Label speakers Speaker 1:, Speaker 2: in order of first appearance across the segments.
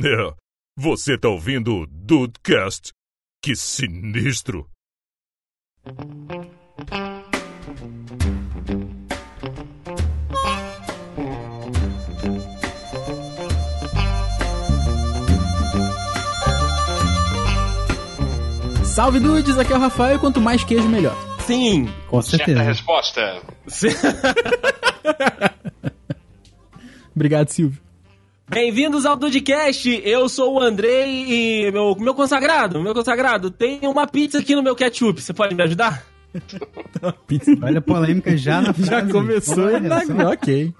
Speaker 1: É, você tá ouvindo o Dudecast? Que sinistro!
Speaker 2: Salve dudes, aqui é o Rafael e quanto mais queijo, melhor.
Speaker 3: Sim,
Speaker 2: Com
Speaker 4: Certa resposta.
Speaker 2: Obrigado, Silvio.
Speaker 3: Bem-vindos ao Dudcast, eu sou o Andrei e meu, meu consagrado, meu consagrado, tem uma pizza aqui no meu ketchup, você pode me ajudar?
Speaker 5: Olha a polêmica já na frase.
Speaker 2: Já começou
Speaker 5: Olha
Speaker 2: e tá-
Speaker 5: só.
Speaker 2: Ok.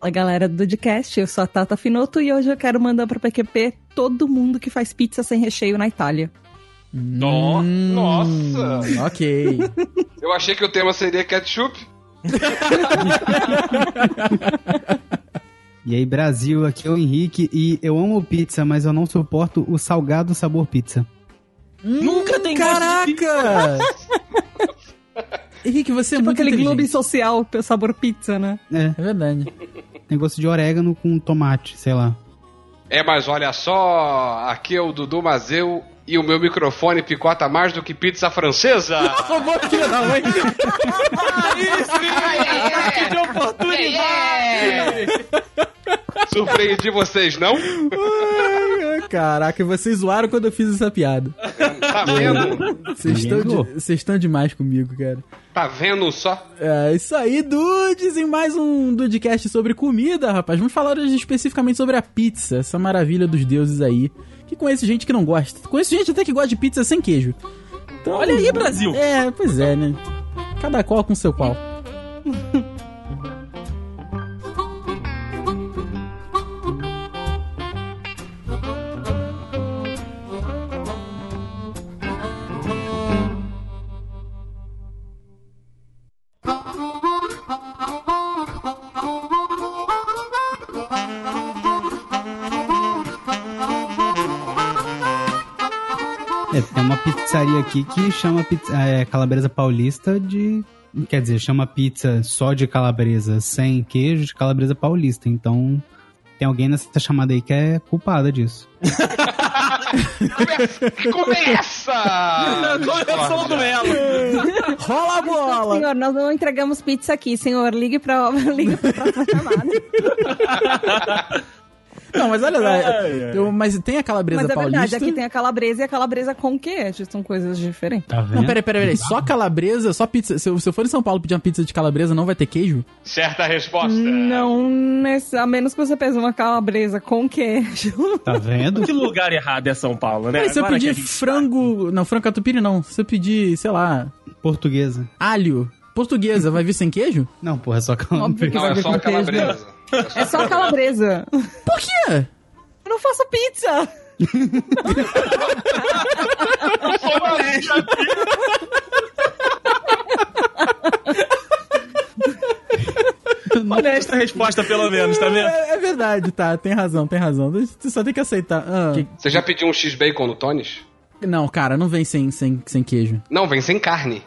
Speaker 6: Fala galera do Dudcast, eu sou a Tata Finoto e hoje eu quero mandar pra PQP todo mundo que faz pizza sem recheio na Itália.
Speaker 4: No-
Speaker 2: Hum,
Speaker 4: Nossa.
Speaker 2: Ok.
Speaker 4: Eu achei que o tema seria ketchup.
Speaker 5: E aí, Brasil, aqui é o Henrique e eu amo pizza, mas eu não suporto o salgado sabor pizza.
Speaker 3: Nunca tem gosto de pizza.
Speaker 2: Caraca! Henrique, você é
Speaker 6: Tipo
Speaker 2: muito
Speaker 6: aquele
Speaker 2: inteligente.
Speaker 6: clube social, pelo sabor pizza, né?
Speaker 5: É,
Speaker 2: É verdade.
Speaker 5: tem gosto de orégano com tomate, sei lá.
Speaker 4: É, mas olha só, aqui é o Dudu Mazeu e o meu microfone picota mais do que pizza francesa.
Speaker 3: Que de oportunidade!
Speaker 4: Surpreendi vocês, não?
Speaker 2: Caraca, vocês zoaram quando eu fiz essa piada.
Speaker 4: Tá vendo?
Speaker 2: Vocês estão
Speaker 5: zoou.
Speaker 2: de- vocês estão demais comigo, cara.
Speaker 4: Tá vendo só?
Speaker 2: É isso aí, dudes! Em mais um Dudecast sobre comida, rapaz. Vamos falar hoje especificamente sobre a pizza, essa maravilha dos deuses aí. Que conheço gente que não gosta. Conheço gente até que gosta de pizza sem queijo. Então,
Speaker 3: Olha aí, Brasil!
Speaker 2: É, pois é, né? Cada qual com seu qual.
Speaker 5: É, tem uma pizzaria aqui que chama pizza, é, calabresa paulista de. Quer dizer, chama pizza só de calabresa, sem queijo, de calabresa paulista. Então, tem alguém nessa chamada aí que é culpada disso.
Speaker 4: Começa!
Speaker 2: é,
Speaker 4: Começa!
Speaker 3: Começou o duelo!
Speaker 2: Rola a bola!
Speaker 6: Senhor, nós não entregamos pizza aqui, senhor. Ligue pra, ligue pra próxima chamada.
Speaker 2: Não, mas olha lá. eu- mas tem a calabresa
Speaker 6: Mas é
Speaker 2: paulista.
Speaker 6: verdade, aqui tem a calabresa e a calabresa com queijo. São coisas diferentes.
Speaker 5: Tá
Speaker 3: É?
Speaker 5: vendo?
Speaker 2: Não, peraí, peraí, peraí. Só calabresa, só pizza. Se eu, se eu for em São Paulo pedir uma pizza de calabresa, não vai ter queijo?
Speaker 4: Certa resposta.
Speaker 6: Hum. Não, nesse- a menos que você peça uma calabresa com queijo.
Speaker 5: Tá vendo?
Speaker 3: Que lugar errado é São Paulo, né?
Speaker 2: Mas se eu
Speaker 3: Agora que
Speaker 2: pedir
Speaker 3: a gente-
Speaker 2: frango. Não, frango catupiry não. Se eu pedir, sei lá,
Speaker 5: Portuguesa.
Speaker 2: alho. Portuguesa, vai vir sem queijo?
Speaker 5: Não, porra, é só
Speaker 6: Óbvio
Speaker 5: calabresa.
Speaker 6: que
Speaker 4: Não,
Speaker 6: vai
Speaker 4: é
Speaker 6: vir
Speaker 4: só
Speaker 6: com
Speaker 4: a
Speaker 6: queijo.
Speaker 4: calabresa.
Speaker 6: É só a calabresa.
Speaker 2: Por quê?
Speaker 6: Eu não faço pizza.
Speaker 3: Olha esta resposta, pelo menos, tá vendo?
Speaker 2: É, é verdade, tá. Tem razão, tem razão. Você só tem que aceitar. Ah,
Speaker 4: Você já pediu um X-Bacon no Tones?
Speaker 2: que- Não, cara, não vem sem, sem, sem queijo.
Speaker 4: Não, vem sem carne.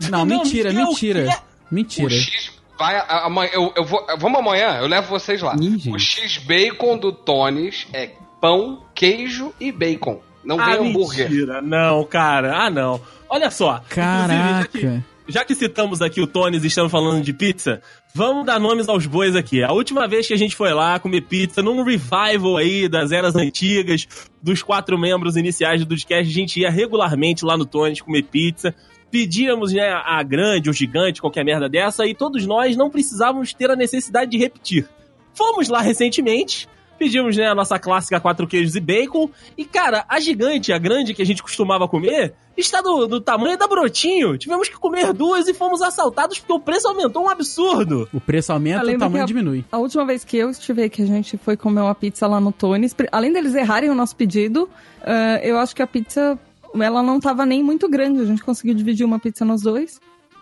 Speaker 2: Não, mentira,
Speaker 3: meu,
Speaker 2: mentira.
Speaker 4: O
Speaker 2: Mentira.
Speaker 4: X vai. a- Amanhã, eu, eu vou, vamos amanhã, eu levo vocês lá.
Speaker 5: Ih, gente.
Speaker 4: o X-Bacon do Tones é pão, queijo e bacon.
Speaker 2: um
Speaker 4: Não vem
Speaker 3: Ah,
Speaker 4: hambúrguer.
Speaker 3: mentira, não, cara, ah, não. Olha só, inclusive, já que-
Speaker 2: Caraca.
Speaker 3: Já que citamos aqui o Tones e estamos falando de pizza, vamos dar nomes aos bois aqui. A última vez que a gente foi lá comer pizza, num revival aí das eras antigas, dos quatro membros iniciais do Dudcast, a gente ia regularmente lá no Tones comer pizza. Pedíamos né, a grande ou gigante, qualquer merda dessa, e todos nós não precisávamos ter a necessidade de repetir. Fomos lá recentemente, pedimos né, a nossa clássica quatro queijos e bacon, e cara, a gigante, a grande que a gente costumava comer, está do, do tamanho da brotinho. Tivemos que comer duas e fomos assaltados porque o preço aumentou um absurdo.
Speaker 2: O preço aumenta,
Speaker 6: Eu
Speaker 2: o
Speaker 6: lembro
Speaker 2: tamanho
Speaker 6: que a-
Speaker 2: diminui.
Speaker 6: A última vez que eu estive aí, que a gente foi comer uma pizza lá no Tones, pri- além deles errarem o nosso pedido, ah, eu acho que a pizza ela não tava nem muito grande, a gente conseguiu dividir uma pizza nós dois.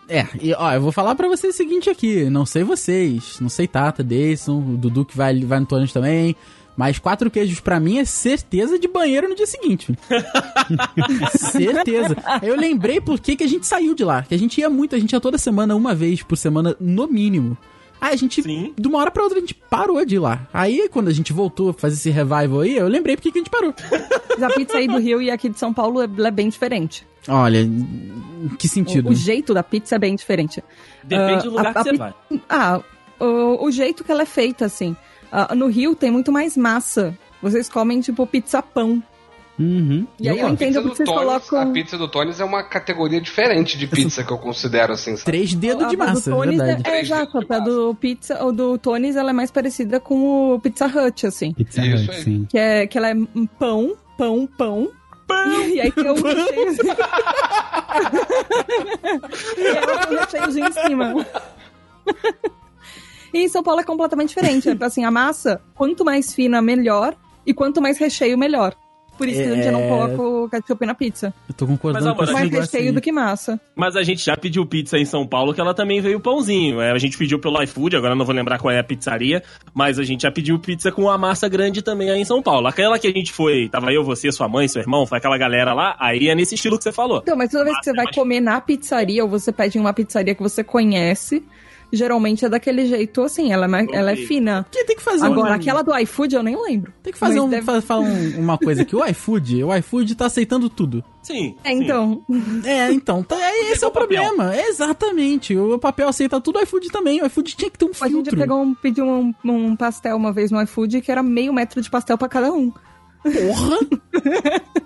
Speaker 2: É, e ó, eu vou falar pra vocês o seguinte aqui. Não sei vocês, não sei Tata, Deison, o Dudu que vai, vai no Tones também. Mas quatro queijos pra mim é certeza de banheiro no dia seguinte. certeza. Eu lembrei por que que a gente saiu de lá. Que a gente ia muito, a gente ia toda semana, uma vez por semana, no mínimo. Aí a gente,
Speaker 3: Sim.
Speaker 2: de uma hora pra outra, a gente parou de ir lá. Aí, quando a gente voltou a fazer esse revival aí, eu lembrei porque que a gente parou.
Speaker 6: Mas a pizza aí do Rio e aqui de São Paulo ela é bem diferente.
Speaker 2: Olha, que sentido. né?
Speaker 6: O, o jeito da pizza é bem diferente.
Speaker 3: Depende
Speaker 6: Ah,
Speaker 3: do lugar
Speaker 6: a- a
Speaker 3: que você
Speaker 6: pi-
Speaker 3: vai.
Speaker 6: Ah, o, o jeito que ela é feita, assim. Ah, no Rio tem muito mais massa. Vocês comem, tipo, pizza pão.
Speaker 5: Uhum.
Speaker 6: E aí eu
Speaker 4: A
Speaker 6: entendo
Speaker 4: pizza
Speaker 6: porque
Speaker 4: do
Speaker 6: vocês
Speaker 4: Tones- A
Speaker 6: colocam.
Speaker 4: pizza do Tones é uma categoria diferente de pizza que eu considero, assim, sabe?
Speaker 2: Três dedos
Speaker 6: a
Speaker 2: de
Speaker 6: do
Speaker 2: massa, é
Speaker 6: Tones
Speaker 2: verdade.
Speaker 6: É, é, exato, a do pizza, ou do Tones, ela é mais parecida com o Pizza Hut, assim.
Speaker 5: Pizza
Speaker 4: Isso
Speaker 5: Hut,
Speaker 4: aí.
Speaker 5: sim.
Speaker 6: Que, é, que ela é um pão, pão, pão. E aí tem um recheiozinho. e ela tem um recheiozinho em cima. E em São Paulo é completamente diferente. É, assim, a massa, quanto mais fina, melhor. E quanto mais recheio, melhor. Por isso que a gente não
Speaker 2: É.
Speaker 6: coloca o ketchup na pizza.
Speaker 2: Eu tô concordando
Speaker 3: Mas, assim amor,
Speaker 2: com
Speaker 3: a
Speaker 2: esse
Speaker 6: Mais
Speaker 3: gente-
Speaker 2: negócio
Speaker 6: recheio
Speaker 2: aí.
Speaker 6: do que massa.
Speaker 3: Mas a gente já pediu pizza em São Paulo, que ela também veio pãozinho. É, A gente pediu pelo iFood, agora eu não vou lembrar qual é a pizzaria, mas a gente já pediu pizza com a massa grande também aí em São Paulo. Aquela que a gente foi, tava eu, você, sua mãe, seu irmão, foi aquela galera lá, aí é nesse estilo que você falou.
Speaker 6: Então, mas toda vez que você vai
Speaker 3: é
Speaker 6: comer na pizzaria ou você pede em uma pizzaria que você conhece, geralmente é daquele jeito assim, ela é, mais- ela é
Speaker 3: Ok.
Speaker 6: fina.
Speaker 2: Que tem que fazer
Speaker 6: Agora,
Speaker 2: um-
Speaker 6: aquela do iFood eu nem lembro.
Speaker 2: Tem que fazer
Speaker 6: Mas
Speaker 2: um,
Speaker 6: deve-
Speaker 2: fa- falar um- uma coisa aqui. O iFood, o iFood tá aceitando tudo.
Speaker 3: Sim.
Speaker 6: É,
Speaker 3: sim.
Speaker 6: então.
Speaker 2: É, então, tá- é- esse é
Speaker 3: Pegou
Speaker 2: o
Speaker 3: o papel.
Speaker 2: problema. Exatamente. O papel aceita tudo, o iFood também. O iFood tinha que ter um
Speaker 6: A gente
Speaker 2: filtro.
Speaker 6: pegou um, pediu um, um pastel uma vez no iFood que era meio metro de pastel pra cada um.
Speaker 2: Porra!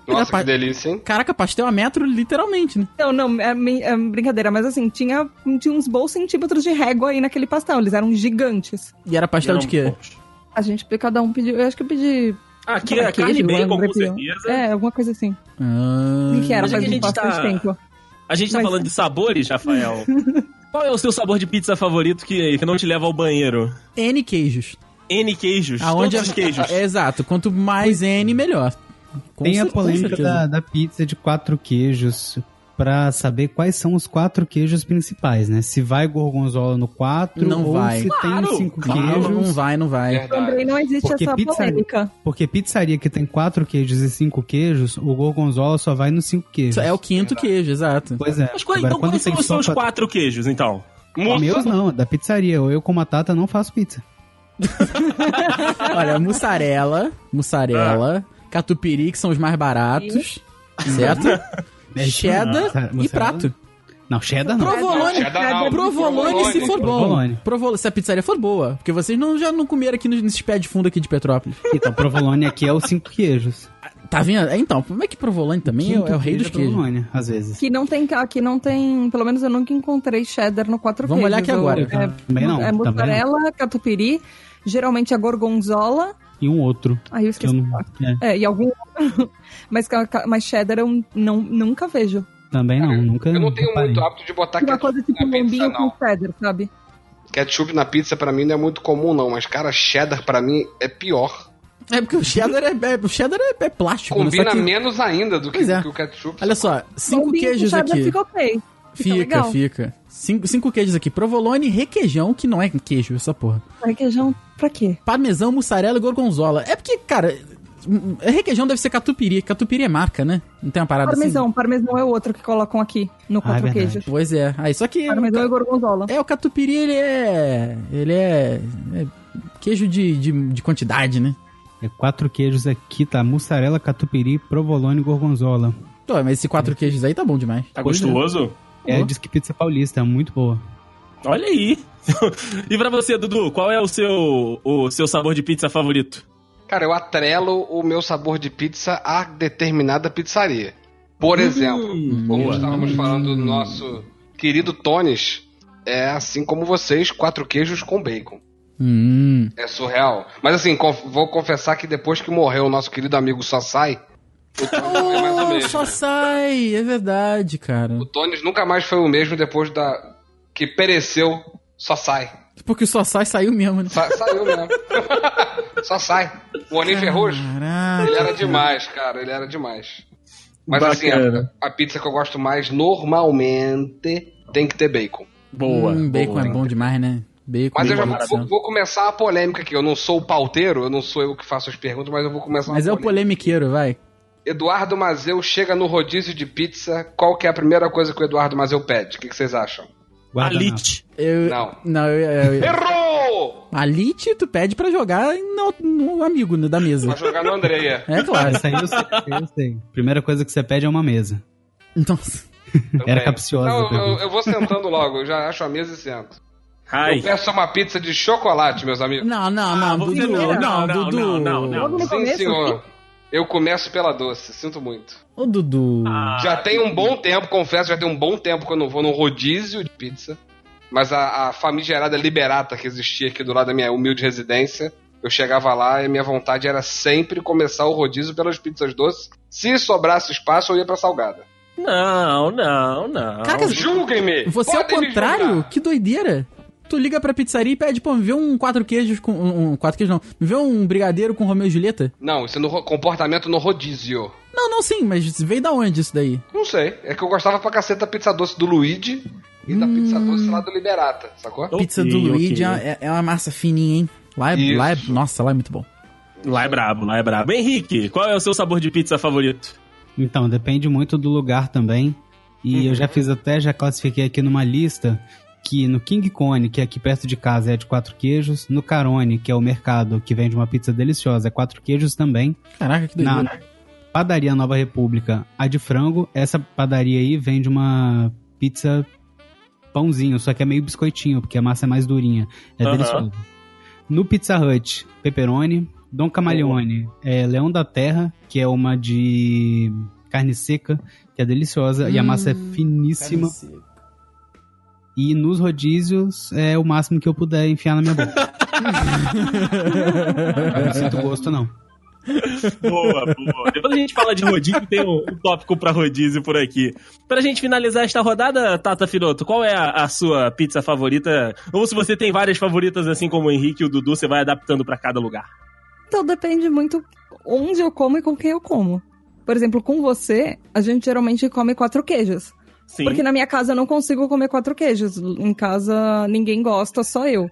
Speaker 4: Nossa,
Speaker 2: Rapaz.
Speaker 4: que delícia, hein?
Speaker 2: Caraca, pastel a metro, literalmente, né?
Speaker 6: Não, não, é, mi- é brincadeira, mas assim, tinha, tinha uns bons centímetros de régua aí naquele pastel, eles eram gigantes.
Speaker 2: E era pastel
Speaker 3: Não,
Speaker 2: de quê?
Speaker 3: poxa.
Speaker 6: A gente, cada um pediu, eu acho que eu pedi
Speaker 3: Aqui é
Speaker 6: queijo,
Speaker 3: carne bacon,
Speaker 6: lembra,
Speaker 3: com
Speaker 6: peão.
Speaker 3: certeza.
Speaker 6: É, alguma coisa assim.
Speaker 2: Ah,
Speaker 5: Hum.
Speaker 6: O que, que era? um
Speaker 3: Mas é
Speaker 6: Faz
Speaker 3: que a gente
Speaker 6: bastante
Speaker 3: tá-
Speaker 6: tempo.
Speaker 3: A gente tá
Speaker 6: Mas-
Speaker 3: falando de sabores, Rafael. Qual é o seu sabor de pizza favorito que, que não te leva ao banheiro?
Speaker 2: N queijos.
Speaker 3: N queijos,
Speaker 2: Aonde
Speaker 3: todos os queijos.
Speaker 2: É, Exato. Quanto mais N, melhor. Com
Speaker 5: Tem a
Speaker 2: cer- com
Speaker 5: polêmica
Speaker 2: certeza.
Speaker 5: da, da pizza de quatro queijos pra saber quais são os quatro queijos principais, né? Se vai gorgonzola no quatro
Speaker 2: Não
Speaker 5: ou
Speaker 2: vai.
Speaker 5: se
Speaker 3: Claro,
Speaker 5: tem cinco
Speaker 2: Não,
Speaker 5: queijos.
Speaker 2: não vai, não
Speaker 3: É.
Speaker 2: vai.
Speaker 4: Verdade.
Speaker 6: Também não existe
Speaker 5: Porque
Speaker 6: essa
Speaker 5: pizza- é
Speaker 6: polêmica.
Speaker 5: Porque pizzaria que tem quatro queijos e cinco queijos, o gorgonzola só vai nos cinco queijos.
Speaker 2: Isso É o quinto queijo, exato.
Speaker 5: Pois é.
Speaker 3: Mas qual,
Speaker 5: Agora,
Speaker 3: então
Speaker 5: quando
Speaker 3: quais
Speaker 5: tem
Speaker 3: são,
Speaker 5: só
Speaker 3: os
Speaker 5: quatro-
Speaker 3: quatro queijos, então?
Speaker 2: Ah,
Speaker 4: Moça,
Speaker 5: Meus não, é da pizzaria. Eu com batata não faço pizza.
Speaker 2: Olha, mussarela, mussarela,
Speaker 5: Ah.
Speaker 2: catupiry, que são os mais baratos, certo?
Speaker 5: É,
Speaker 2: Cheddar
Speaker 5: mussarela-
Speaker 2: e
Speaker 5: mussarela-
Speaker 2: prato.
Speaker 5: Não, cheddar não.
Speaker 2: Provolone,
Speaker 3: É
Speaker 4: Cheddar não.
Speaker 2: provolone se for bom.
Speaker 5: Provolone.
Speaker 2: Provolone, se a pizzaria for boa. Porque vocês não, já não comeram aqui nos- nesses pés de fundo aqui de Petrópolis.
Speaker 5: Então, provolone aqui é os cinco queijos.
Speaker 2: Tá vendo? É, Então, como é que provolone também é, o- é o rei
Speaker 5: Quinto
Speaker 2: dos
Speaker 5: é
Speaker 2: queijos?
Speaker 5: provolone, às vezes.
Speaker 6: Que não tem, aqui não tem, pelo menos eu nunca encontrei cheddar no quatro
Speaker 2: Vamos olhar
Speaker 6: queijos.
Speaker 2: aqui agora.
Speaker 6: É,
Speaker 5: também não. também
Speaker 6: é
Speaker 5: não.
Speaker 6: mussarela, catupiry, geralmente é gorgonzola,
Speaker 5: E um outro.
Speaker 6: aí eu
Speaker 5: Que eu
Speaker 6: esqueci.
Speaker 5: não... é,
Speaker 6: É, e algum mas, ca- ca- mas cheddar eu não, nunca vejo.
Speaker 5: também não. Nunca
Speaker 4: eu não tenho
Speaker 5: reparei.
Speaker 4: muito hábito de botar
Speaker 6: Uma coisa
Speaker 4: ketchup
Speaker 6: tipo
Speaker 4: na pizza,
Speaker 6: lombinho com
Speaker 4: tá não.
Speaker 6: cheddar, sabe?
Speaker 4: Ketchup na pizza pra mim não é muito comum, não. Mas, cara, cheddar pra mim é pior.
Speaker 2: É porque o cheddar é, é- o cheddar é, é plástico, né? Só
Speaker 4: Combina
Speaker 2: que-
Speaker 4: menos ainda do que,
Speaker 2: Pois é.
Speaker 4: que o ketchup.
Speaker 2: Olha só, cinco
Speaker 6: Lombinho com
Speaker 2: queijos
Speaker 6: cheddar
Speaker 2: aqui.
Speaker 6: fica ok. Fica,
Speaker 2: Fica,
Speaker 6: legal.
Speaker 2: fica. Cinco, cinco queijos aqui. Provolone, requeijão, que não é queijo, essa porra.
Speaker 6: Requeijão, pra quê?
Speaker 2: Parmesão, mussarela e gorgonzola. É porque, cara, hum, requeijão deve ser catupiry. Catupiry é marca, né? Não tem uma parada
Speaker 6: Parmesão, parmesão é outro que colocam aqui no quatro
Speaker 5: verdade.
Speaker 6: queijos.
Speaker 2: assim? Pois é. Aí, só que...
Speaker 6: Parmesão e gorgonzola.
Speaker 2: É, o catupiry, ele é... Ele é... é queijo de, de, de quantidade, né?
Speaker 5: É quatro queijos aqui, tá? Mussarela, catupiry, provolone e gorgonzola.
Speaker 2: Pô, mas esses quatro queijos aí tá bom demais.
Speaker 3: Tá
Speaker 5: Pois é.
Speaker 3: gostoso?
Speaker 5: É,
Speaker 2: Boa.
Speaker 5: diz que pizza paulista é muito boa.
Speaker 3: Olha aí. e pra você, Dudu, qual é o seu, o seu sabor de pizza favorito?
Speaker 4: Cara, eu atrelo o meu sabor de pizza a determinada pizzaria. Por exemplo,
Speaker 2: é.
Speaker 4: como
Speaker 3: boa.
Speaker 4: estávamos falando do
Speaker 2: Hum.
Speaker 4: nosso querido Tones, é assim como vocês, quatro queijos com bacon.
Speaker 2: Hum...
Speaker 4: É surreal. Mas assim, conf- vou confessar que depois que morreu o nosso querido amigo Sassai, o Tones nunca mais foi o
Speaker 2: Oh,
Speaker 4: mesmo.
Speaker 2: só sai! É verdade, cara.
Speaker 4: O Tones nunca mais foi o mesmo depois da que pereceu Sassai.
Speaker 2: Porque o só sai saiu mesmo, né?
Speaker 4: Sa saiu mesmo. Só sai. O Onim Ferrugem.
Speaker 2: Caraca.
Speaker 4: Ele era demais, cara. Ele era demais. Mas assim,
Speaker 3: Bacana.
Speaker 4: a, a pizza que eu gosto mais normalmente tem que ter bacon.
Speaker 3: Boa.
Speaker 2: Hum, bacon
Speaker 3: boa.
Speaker 2: é bom demais, né? Bacon.
Speaker 4: Mas eu já
Speaker 2: bacon,
Speaker 4: vou- vou,
Speaker 2: maçã.
Speaker 4: vou começar a polêmica aqui. Eu não sou o pauteiro, eu não sou eu que faço as perguntas, mas eu vou começar
Speaker 2: Mas
Speaker 4: uma
Speaker 2: é o polemiqueiro, vai.
Speaker 4: Eduardo Mazeu chega no rodízio de pizza. Qual que é a primeira coisa que o Eduardo Mazeu pede? O que, que vocês acham?
Speaker 5: Guardanapo.
Speaker 3: Alite.
Speaker 2: Eu,
Speaker 4: Não.
Speaker 2: Não, eu, eu- eu-
Speaker 4: Errou!
Speaker 2: A Lite tu pede pra jogar no, no amigo né, da mesa.
Speaker 4: Pra jogar no Andreia.
Speaker 2: É claro.
Speaker 5: Essa aí eu sei, eu sei. Primeira coisa que você pede é uma mesa.
Speaker 2: Nossa.
Speaker 4: Também.
Speaker 5: Era capciosa. a
Speaker 4: Não, eu,
Speaker 5: pergunta.
Speaker 4: eu vou sentando logo, eu já acho a mesa e sento.
Speaker 3: Ai.
Speaker 4: Eu peço uma pizza de chocolate, meus amigos.
Speaker 2: Não, não, não,
Speaker 3: Ah, você
Speaker 2: Dudu.
Speaker 3: não,
Speaker 2: Não,
Speaker 3: não, não,
Speaker 2: Dudu.
Speaker 3: não, não, não.
Speaker 6: Logo no
Speaker 4: Sim,
Speaker 6: começo,
Speaker 4: senhor.
Speaker 2: assim?
Speaker 4: Eu começo pela doce, sinto muito.
Speaker 2: Ô, Dudu.
Speaker 3: Ah,
Speaker 4: Já tem um bom tempo, confesso, já tem um bom tempo que eu não vou num rodízio de pizza. Mas a, a famigerada liberata que existia aqui do lado da minha humilde residência, eu chegava lá e minha vontade era sempre começar o rodízio pelas pizzas doces. Se sobrasse espaço, eu ia pra salgada.
Speaker 3: Não, não, não.
Speaker 2: Caraca,
Speaker 4: Julguem-me!
Speaker 2: Você é o
Speaker 4: Podem me
Speaker 2: contrário?
Speaker 4: julgar.
Speaker 2: Que doideira. Tu liga pra pizzaria e pede, pô, me vê um quatro queijos com. Um, um- quatro queijos não. Me vê um brigadeiro com Romeu e Julieta?
Speaker 4: Não, isso é no ro- comportamento no rodízio.
Speaker 2: Não, não, sim, mas veio da onde isso daí?
Speaker 4: Não sei. É que eu gostava pra caceta da pizza doce do Luigi e
Speaker 2: Hum.
Speaker 4: da pizza doce lá do Liberata, sacou?
Speaker 3: Ok,
Speaker 2: Pizza do Luigi
Speaker 3: ok.
Speaker 2: é, é uma massa fininha, hein? Lá é,
Speaker 4: Isso.
Speaker 2: lá é. Nossa, lá é muito bom.
Speaker 3: Lá é brabo, lá é brabo. Henrique, qual é o seu sabor de pizza favorito?
Speaker 5: Então, depende muito do lugar também. E eu
Speaker 4: Uhum.
Speaker 5: já fiz até, já classifiquei aqui numa lista que no King Cone, que é aqui perto de casa, é de quatro queijos. No Carone, que é o mercado que vende uma pizza deliciosa, é quatro queijos também.
Speaker 2: Caraca, que doideira.
Speaker 5: Na padaria Nova República, a de frango, essa padaria aí vende uma pizza pãozinho, só que é meio biscoitinho, porque a massa é mais durinha. É
Speaker 3: Aham.
Speaker 5: delicioso. No Pizza Hut, pepperoni. Dom Camaleone, é Leão da Terra, que é uma de carne seca, que é deliciosa e a massa é finíssima. E nos rodízios é o máximo que eu puder enfiar na minha boca. eu não sinto gosto, não.
Speaker 3: Boa, boa. Depois a gente fala de rodízio, tem um, um tópico pra rodízio por aqui. Pra gente finalizar esta rodada, Tata Filoto, qual é a, a sua pizza favorita? Ou se você tem várias favoritas, assim como o Henrique e o Dudu, você vai adaptando pra cada lugar.
Speaker 6: Então depende muito onde eu como e com quem eu como. Por exemplo, com você, a gente geralmente come quatro queijos.
Speaker 3: Sim.
Speaker 6: Porque na minha casa eu não consigo comer quatro queijos. Em casa ninguém gosta, só eu.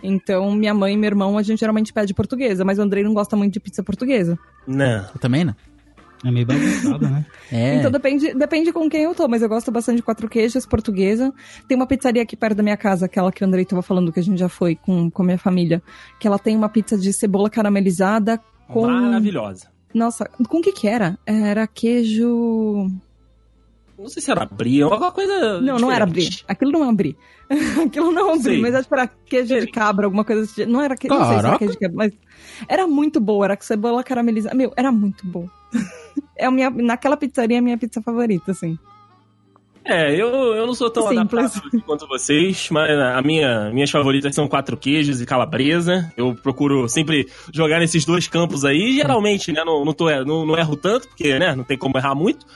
Speaker 6: Então, minha mãe e meu irmão, a gente geralmente pede portuguesa, mas o Andrei não gosta muito de pizza portuguesa.
Speaker 3: Não.
Speaker 2: Eu também, né?
Speaker 5: É meio bagunçado, né?
Speaker 2: É.
Speaker 6: Então depende, depende com quem eu tô, mas eu gosto bastante de quatro queijos, portuguesa. Tem uma pizzaria aqui perto da minha casa, aquela que o Andrei tava falando que a gente já foi com, com a minha família, que ela tem uma pizza de cebola caramelizada com.
Speaker 3: Maravilhosa.
Speaker 6: Nossa, com o que que era? Era queijo.
Speaker 3: Não sei se era abrir, alguma coisa.
Speaker 6: Não, não era brie.
Speaker 3: diferente.
Speaker 6: Aquilo não é um brie. Aquilo não é um brie,
Speaker 3: Sim.
Speaker 6: mas acho que era queijo de cabra, alguma coisa assim. Não era que... não sei se
Speaker 2: Caraca.
Speaker 6: era queijo de cabra, mas era muito boa, era com cebola caramelizada. Meu, era muito bom. É a minha, naquela pizzaria é a minha pizza favorita, assim.
Speaker 3: É, eu, eu não sou tão
Speaker 6: Simples.
Speaker 3: adaptável assim quanto vocês, mas a minha, minhas favoritas são quatro queijos e calabresa. Eu procuro sempre jogar nesses dois campos aí. Geralmente, né, não, não, tô, não, não erro tanto, porque né, não tem como errar muito.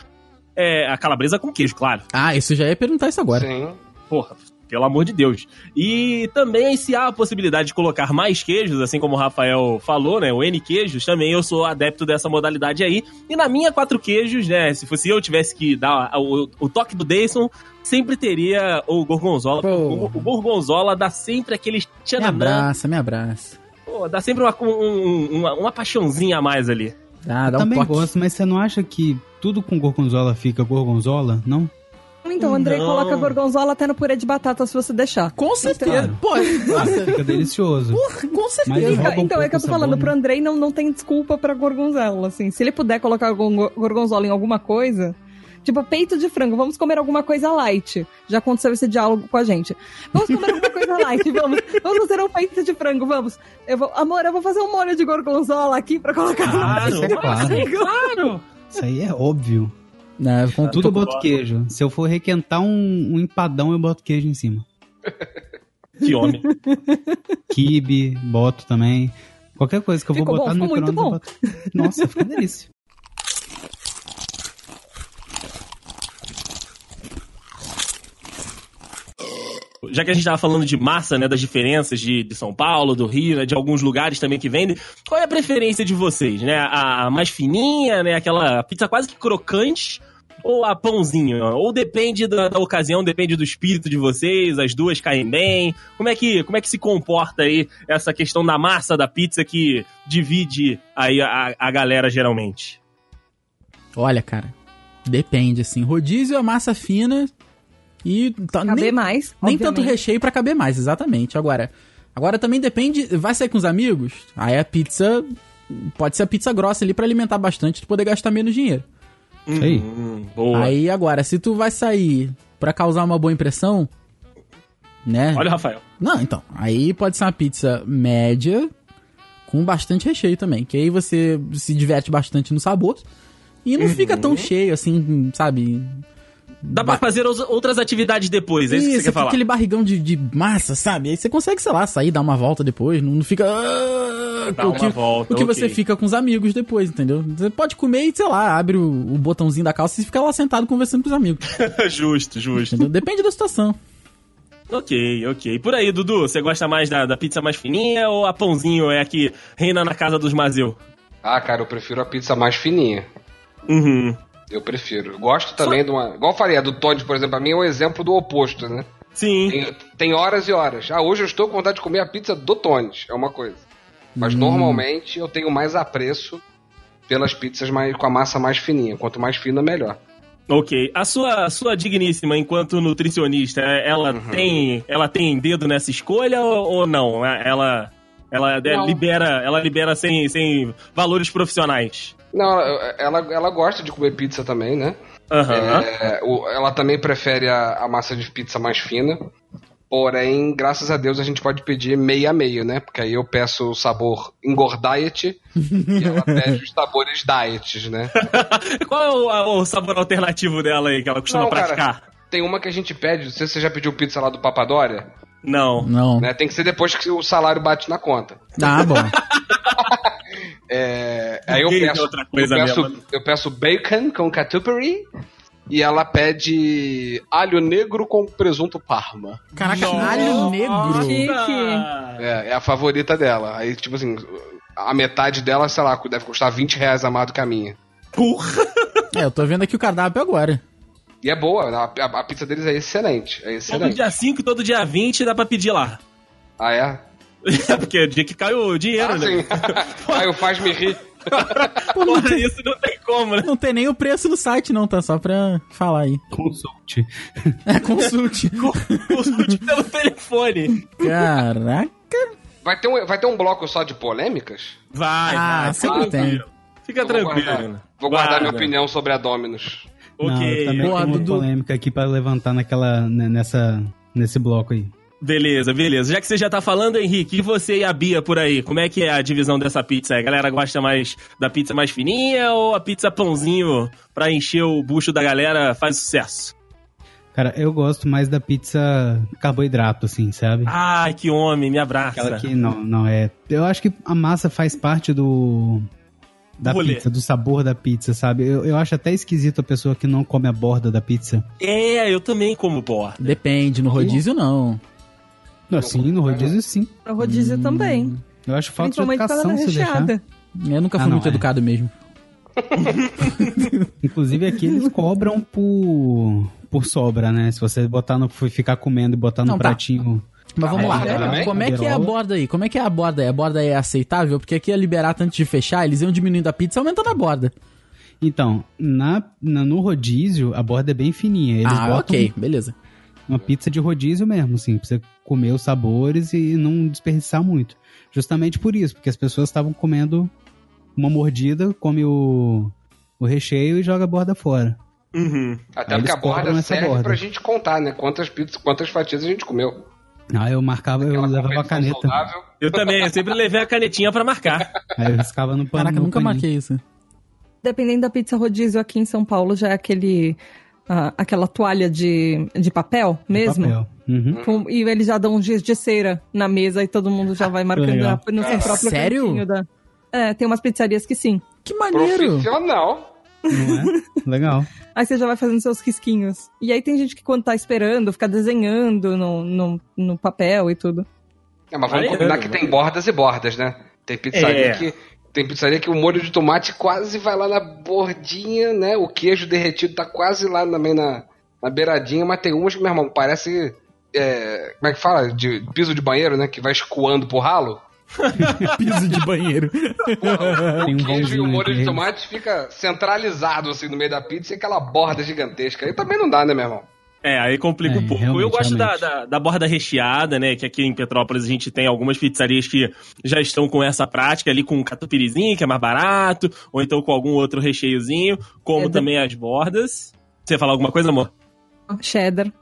Speaker 3: É, a calabresa com queijo, claro.
Speaker 2: Ah, isso já ia perguntar isso agora.
Speaker 4: Sim.
Speaker 3: Porra, pelo amor de Deus. E também, se há a possibilidade de colocar mais queijos, assim como o Rafael falou, né? O N queijos, também eu sou adepto dessa modalidade aí. E na minha, quatro queijos, né? Se fosse eu tivesse que dar o, o toque do Dayson, sempre teria o gorgonzola.
Speaker 2: Pô.
Speaker 3: O, o gorgonzola dá sempre aquele
Speaker 2: Me
Speaker 5: É
Speaker 3: tchananã.
Speaker 2: abraça, me abraça.
Speaker 3: Pô, dá sempre uma, um- uma, uma paixãozinha a mais ali.
Speaker 2: Dá,
Speaker 5: Eu
Speaker 2: dá um
Speaker 5: também
Speaker 2: toque.
Speaker 5: gosto, mas você não acha que tudo com gorgonzola fica gorgonzola? Não?
Speaker 6: Então, o Andrei
Speaker 3: Não.
Speaker 6: coloca gorgonzola até no purê de batata, se você deixar.
Speaker 2: Com certeza. Pô, nossa,
Speaker 5: Fica delicioso.
Speaker 2: com
Speaker 5: Então, Mas
Speaker 2: certeza.
Speaker 5: rouba
Speaker 6: Fica-
Speaker 5: um
Speaker 6: então, é
Speaker 5: pouco
Speaker 6: que eu tô
Speaker 5: o sabor,
Speaker 6: falando
Speaker 5: né?
Speaker 6: pro Andrei, não, não tem desculpa pra gorgonzola, assim. Se ele puder colocar gon- gorgonzola em alguma coisa, tipo peito de frango, vamos comer alguma coisa light. Já aconteceu esse diálogo com a gente. Vamos comer alguma coisa light, vamos. Vamos fazer um peito de frango, vamos. Eu vou, amor, eu vou fazer um molho de gorgonzola aqui pra colocar.
Speaker 5: Ah, isso é claro.
Speaker 3: claro.
Speaker 5: Isso aí é óbvio.
Speaker 2: Não, eu conto-
Speaker 5: Tudo eu
Speaker 3: bom.
Speaker 5: boto queijo. Se eu for requentar um, um empadão, eu boto queijo em cima.
Speaker 3: Que homem.
Speaker 5: Kibe, boto também. Qualquer coisa que eu
Speaker 6: Ficou
Speaker 5: vou botar
Speaker 6: bom,
Speaker 5: no
Speaker 6: ficou muito
Speaker 5: micro-ondas, eu boto. Nossa, fica uma delícia.
Speaker 3: Já que a gente tava falando de massa, né, das diferenças de, de São Paulo, do Rio, né, de alguns lugares também que vendem, qual é a preferência de vocês, né? A, a mais fininha, né, aquela pizza quase que crocante ou a pãozinho? Ou depende da, da ocasião, depende do espírito de vocês, as duas caem bem. Como é que, como é que se comporta aí essa questão da massa da pizza que divide aí a, a galera geralmente?
Speaker 2: Olha, cara. Depende, assim. Rodízio é massa fina e. Tá,
Speaker 6: Caber
Speaker 2: nem
Speaker 6: mais.
Speaker 2: nem tanto
Speaker 6: obviamente.
Speaker 2: recheio pra caber mais, exatamente. Agora, Agora também depende, vai sair com os amigos? Aí a pizza pode ser a pizza grossa ali pra alimentar bastante, tu poder gastar menos dinheiro.
Speaker 5: Aí.
Speaker 3: Hum, boa.
Speaker 2: Aí agora, se tu vai sair pra causar uma boa impressão, né?
Speaker 3: Olha o Rafael.
Speaker 2: Não, então, aí pode ser uma pizza média com bastante recheio também, que aí você se diverte bastante no sabor e não fica tão cheio assim, sabe?
Speaker 3: Uhum. Dá pra
Speaker 2: Ba-
Speaker 3: fazer os- outras atividades depois, é isso, que você
Speaker 2: fica
Speaker 3: quer falar.
Speaker 2: aquele barrigão de, de massa, sabe? Aí você consegue, sei lá, sair, dar uma volta depois, não, não fica... ah,
Speaker 3: Dá
Speaker 2: o
Speaker 3: uma
Speaker 2: que,
Speaker 3: volta,
Speaker 2: o que
Speaker 3: ok.
Speaker 2: você fica com os amigos depois, entendeu? Você pode comer e, sei lá, abre o, o botãozinho da calça e fica lá sentado conversando com os amigos,
Speaker 3: justo, justo.
Speaker 2: entendeu? Depende da situação.
Speaker 3: Ok, ok. E Por aí, Dudu, você gosta mais da, da pizza mais fininha ou a pãozinho é a que reina na casa dos Mazeu?
Speaker 4: Ah, cara, eu prefiro a pizza mais fininha.
Speaker 3: Uhum.
Speaker 4: Eu prefiro. Eu Gosto também de uma. Igual eu falei, a do Todd, por exemplo, pra mim é um exemplo do oposto, né?
Speaker 3: Sim.
Speaker 4: Tem, tem horas e horas. Ah, hoje eu estou com vontade de comer a pizza do Tones, é uma coisa. Mas normalmente eu tenho mais apreço pelas pizzas mais, com a massa mais fininha. Quanto mais fina, melhor.
Speaker 3: Ok. A sua, a sua digníssima, enquanto nutricionista, é- ela
Speaker 4: Uhum.
Speaker 3: tem ela tem dedo nessa escolha ou, ou não? É- Ela ela de-
Speaker 4: Não.
Speaker 3: libera ela libera sem, sem valores profissionais.
Speaker 4: Não, ela, ela gosta de comer pizza também, né?
Speaker 3: Aham.
Speaker 4: É, o- ela também prefere a, a massa de pizza mais fina. Porém, graças a Deus, a gente pode pedir meio a meio, né? Porque aí eu peço o sabor engor diet e ela pede os sabores diets, né?
Speaker 3: Qual é o, a- o sabor alternativo dela aí que ela costuma
Speaker 4: Não, cara.
Speaker 3: praticar?
Speaker 4: Tem uma que a gente pede, não sei se você já pediu pizza lá do Papadória,
Speaker 3: Não.
Speaker 2: Não.
Speaker 4: né? Tem que ser depois que o salário bate na conta.
Speaker 2: Ah, bom.
Speaker 4: É, aí eu
Speaker 3: Ninguém tem
Speaker 4: peço,
Speaker 3: outra coisa
Speaker 4: eu, peço
Speaker 3: mesmo. né?
Speaker 4: eu peço bacon com catupiry e ela pede alho negro com presunto parma.
Speaker 2: Caraca, alho negro.
Speaker 6: Chique.
Speaker 4: É, é a favorita dela. Aí, tipo assim, a metade dela, sei lá, deve custar 20 reais a mais do que a minha.
Speaker 3: Porra.
Speaker 2: É, eu tô vendo aqui o cardápio agora.
Speaker 4: E é boa, a, a- a pizza deles é excelente. É
Speaker 3: Todo
Speaker 4: excelente.
Speaker 3: dia 5 e todo dia 20 dá pra pedir lá.
Speaker 4: Ah, é?
Speaker 3: Porque é o dia que cai o dinheiro,
Speaker 4: Ah,
Speaker 3: né?
Speaker 4: sim. Aí o faz-me rir.
Speaker 3: Porra, isso não tem como, né?
Speaker 2: Não tem nem o preço no site, não, tá? Só pra falar aí.
Speaker 5: Consulte.
Speaker 2: É, consulte.
Speaker 3: Consulte pelo telefone.
Speaker 2: Caraca.
Speaker 4: Vai ter, um, vai ter um bloco só de polêmicas?
Speaker 3: Vai,
Speaker 2: Ah,
Speaker 3: vai,
Speaker 2: sempre
Speaker 3: vai,
Speaker 2: tem.
Speaker 3: filho. Fica
Speaker 4: Eu
Speaker 3: tranquilo.
Speaker 4: Vou guardar, vou guardar
Speaker 3: Guarda.
Speaker 4: minha opinião sobre a Dominus.
Speaker 5: Não, eu
Speaker 3: Ok,
Speaker 5: também
Speaker 2: Boa,
Speaker 5: tem uma
Speaker 2: Dudu.
Speaker 5: polêmica aqui pra levantar naquela, né, nessa, nesse bloco aí.
Speaker 3: beleza, beleza. Já que você já tá falando, Henrique, e você e a Bia por aí? Como é que é a divisão dessa pizza aí? A galera gosta mais da pizza mais fininha ou a pizza pãozinho pra encher o bucho da galera faz sucesso?
Speaker 5: Cara, eu gosto mais da pizza carboidrato, assim, sabe?
Speaker 3: Ai, que homem, me abraça.
Speaker 5: Aquela que não, não é. Eu acho que a massa faz parte do. Da
Speaker 3: Rolê.
Speaker 5: pizza, do sabor da pizza, sabe? Eu, eu acho até esquisito a pessoa que não come a borda da pizza.
Speaker 3: É, eu também como borda.
Speaker 2: Depende, no rodízio não.
Speaker 5: Não, sim, no rodízio sim.
Speaker 6: Pra rodízio também.
Speaker 5: Eu acho Hum, falta de
Speaker 6: Principalmente quando ela
Speaker 5: educação
Speaker 6: é
Speaker 5: se deixar.
Speaker 6: recheada.
Speaker 2: Eu nunca fui
Speaker 5: Ah, não,
Speaker 2: muito
Speaker 5: é.
Speaker 2: educado mesmo.
Speaker 5: Inclusive aqui eles cobram por, por sobra, né? Se você botar no, ficar comendo e botar no
Speaker 2: Não, tá.
Speaker 5: pratinho.
Speaker 2: Mas vamos
Speaker 5: Ah,
Speaker 2: lá.
Speaker 5: é, também?
Speaker 2: Como é que é a borda aí? Como é que é a borda aí? A borda aí é aceitável? Porque aqui a liberata antes de fechar, eles iam diminuindo a pizza e aumentando a borda.
Speaker 5: Então, na, na- no rodízio, a borda é bem fininha. Eles
Speaker 2: ah,
Speaker 5: botam
Speaker 2: ok. Beleza.
Speaker 5: Uma pizza de rodízio mesmo, assim, pra você comer os sabores e não desperdiçar muito. Justamente por isso, porque as pessoas estavam comendo uma mordida, come o, o recheio e joga a borda fora.
Speaker 3: Uhum.
Speaker 4: Até
Speaker 5: Aí
Speaker 4: porque a
Speaker 5: eles cobram
Speaker 4: borda
Speaker 5: essa
Speaker 4: serve
Speaker 5: borda.
Speaker 4: pra gente contar, né? Quantas pizzas, quantas fatias a gente comeu.
Speaker 5: Aí eu marcava, eu
Speaker 4: Aquela
Speaker 5: levava a
Speaker 4: competição
Speaker 5: caneta.
Speaker 4: saudável.
Speaker 3: Eu também, eu sempre levei a canetinha pra marcar.
Speaker 5: Aí eu riscava no pano.
Speaker 2: Caraca,
Speaker 5: no
Speaker 2: nunca
Speaker 5: paninho.
Speaker 2: marquei isso.
Speaker 6: Dependendo da pizza rodízio aqui em São Paulo, já é aquele, ah, aquela toalha de, de papel
Speaker 5: No
Speaker 6: mesmo.
Speaker 5: É papel. Uhum.
Speaker 6: Com- e eles já dão uns dias de cera na mesa e todo mundo já vai marcando
Speaker 5: legal.
Speaker 6: na- no seu
Speaker 2: É
Speaker 6: próprio
Speaker 2: sério?
Speaker 6: cantinho da... É, tem umas pizzarias que sim.
Speaker 2: Que maneiro.
Speaker 4: Profissional.
Speaker 5: Não é? Legal.
Speaker 6: Aí você já vai fazendo seus risquinhos. E aí tem gente que quando tá esperando, fica desenhando no, no, no papel e tudo.
Speaker 4: É, mas vamos
Speaker 3: Maneiro,
Speaker 4: combinar
Speaker 5: né?
Speaker 4: que tem
Speaker 3: maneiro.
Speaker 4: bordas e bordas, né? Tem pizzaria
Speaker 3: É.
Speaker 4: que. Tem pizzaria que o molho de tomate quase vai lá na bordinha, né? O queijo derretido tá quase lá também na, na beiradinha, mas tem umas que, meu irmão, parece. é, como é que fala? De piso de banheiro, né? Que vai escoando pro ralo.
Speaker 2: Piso de banheiro.
Speaker 4: O
Speaker 5: Tem um
Speaker 4: queijo e o
Speaker 5: golzinho
Speaker 4: molho de
Speaker 5: aqui.
Speaker 4: tomate fica centralizado assim no meio da pizza e aquela borda gigantesca. Aí também não dá, né, meu irmão?
Speaker 3: É, aí complica
Speaker 5: É,
Speaker 3: um pouco. Eu
Speaker 5: realmente,
Speaker 3: gosto da,
Speaker 5: realmente.
Speaker 3: da, da borda recheada, né? Que aqui em Petrópolis a gente tem algumas pizzarias que já estão com essa prática ali com catupiryzinho, que é mais barato, ou então com algum outro recheiozinho, como
Speaker 6: É, da-
Speaker 3: também as bordas. Você ia falar alguma coisa, amor?
Speaker 6: Cheddar.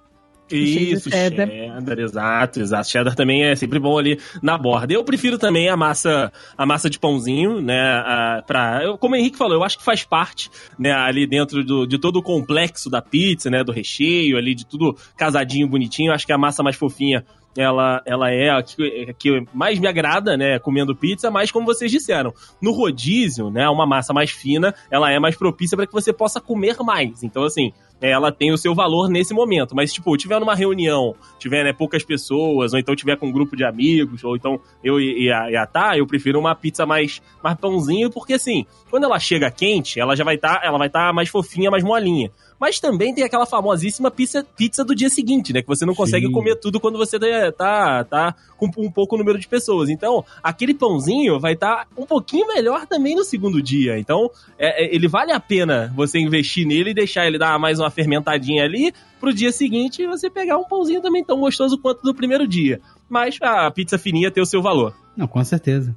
Speaker 6: Recheio de
Speaker 3: Isso, cheddar.
Speaker 6: cheddar.
Speaker 3: exato, exato. Cheddar também é sempre bom ali na borda. Eu prefiro também a massa, a massa de pãozinho, né? A, pra, eu, como o Henrique falou, eu acho que faz parte, né, ali dentro do, de todo o complexo da pizza, né? Do recheio ali, de tudo casadinho, bonitinho. Eu acho que a massa mais fofinha. Ela, ela é a que, a que mais me agrada, né? Comendo pizza, mas como vocês disseram, no rodízio, né? Uma massa mais fina, ela é mais propícia para que você possa comer mais. Então, assim, é, ela tem o seu valor nesse momento. Mas, tipo, tiver numa reunião, tiver né, poucas pessoas, ou então tiver com um grupo de amigos, ou então eu e, e a, e a Tá, eu prefiro uma pizza mais, mais pãozinho, porque assim, quando ela chega quente, ela já vai estar, ela vai estar mais fofinha, mais molinha. Mas também tem aquela famosíssima pizza, pizza do dia seguinte, né? Que você não consegue
Speaker 5: Sim.
Speaker 3: comer tudo quando você tá, tá, tá com um pouco número de pessoas. Então, aquele pãozinho vai estar um pouquinho melhor também no segundo dia. Então, é, é, ele vale a pena você investir nele e deixar ele dar mais uma fermentadinha ali pro dia seguinte você pegar um pãozinho também tão gostoso quanto do primeiro dia. Mas a pizza fininha tem o seu valor.
Speaker 5: Não, com certeza.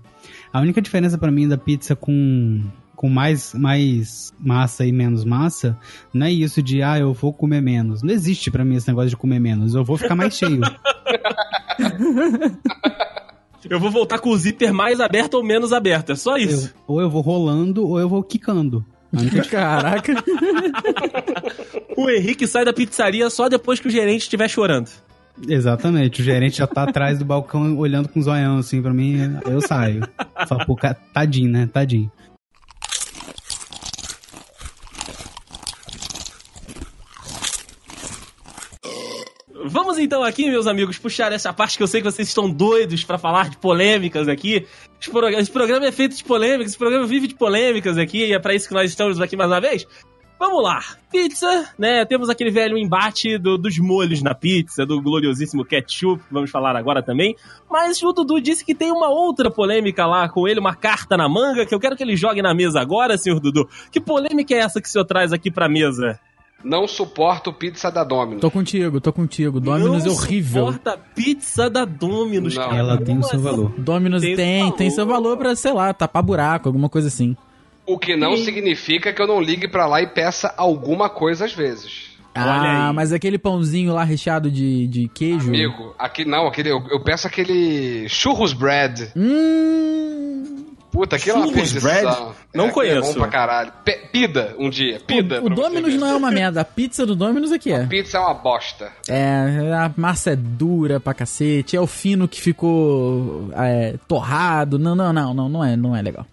Speaker 5: A única diferença pra mim da pizza com, com mais, mais massa e menos massa, não é isso de, ah, eu vou comer menos. Não existe pra mim esse negócio de comer menos. Eu vou ficar mais cheio.
Speaker 3: Eu vou voltar com o zíper mais aberto ou menos aberto, é só
Speaker 5: Eu-
Speaker 3: isso.
Speaker 5: ou eu vou rolando, ou eu vou quicando. A única
Speaker 2: Caraca.
Speaker 3: O Henrique sai da pizzaria só depois que o gerente estiver chorando.
Speaker 5: Exatamente, o gerente já tá atrás do balcão olhando com um zoião assim pra mim, eu saio. Fala, pô, ca- tadinho, né? Tadinho.
Speaker 3: Vamos então aqui, meus amigos, puxar essa parte que eu sei que vocês estão doidos pra falar de polêmicas aqui. Esse pro- Esse programa é feito de polêmicas, esse programa vive de polêmicas aqui, e é pra isso que nós estamos aqui mais uma vez. Vamos lá, pizza, né? Temos aquele velho embate do- dos molhos na pizza, do gloriosíssimo ketchup, que vamos falar agora também. Mas o Dudu disse que tem uma outra polêmica lá com ele, uma carta na manga, que eu quero que ele jogue na mesa agora, senhor Dudu. Que polêmica é essa que o senhor traz aqui pra mesa?
Speaker 4: Não suporto pizza da Domino.
Speaker 2: Tô contigo, tô contigo. Dominus é
Speaker 3: Não
Speaker 2: horrível.
Speaker 3: suporta a pizza da Domino's,
Speaker 4: Não.
Speaker 3: cara.
Speaker 5: Ela tem o seu
Speaker 3: Como
Speaker 5: valor.
Speaker 2: Dominus
Speaker 3: Tem
Speaker 2: tem,
Speaker 3: seu
Speaker 2: tem, seu valor pra, sei lá, tapar buraco, alguma coisa assim.
Speaker 4: O que não significa que eu não ligue pra lá e peça alguma coisa às vezes.
Speaker 3: Olha
Speaker 2: ah,
Speaker 3: aí.
Speaker 2: mas aquele pãozinho lá recheado de, de queijo.
Speaker 4: Amigo, aqui não, aquele, eu, eu peço aquele churros bread.
Speaker 2: Hum.
Speaker 4: Puta, aquilo é uma
Speaker 3: Churros
Speaker 4: perdição.
Speaker 3: bread? Não
Speaker 4: É, aquilo É
Speaker 3: conheço.
Speaker 4: bom pra caralho. Pe- pida um dia, pida.
Speaker 2: O, o
Speaker 4: pra você
Speaker 2: Dominus
Speaker 4: ver.
Speaker 2: não é uma merda, a pizza do Dominus é que é.
Speaker 4: Pizza é uma bosta.
Speaker 2: É, a massa é dura pra cacete, é o fino que ficou é, torrado. Não, não, não, não, não é, não é legal.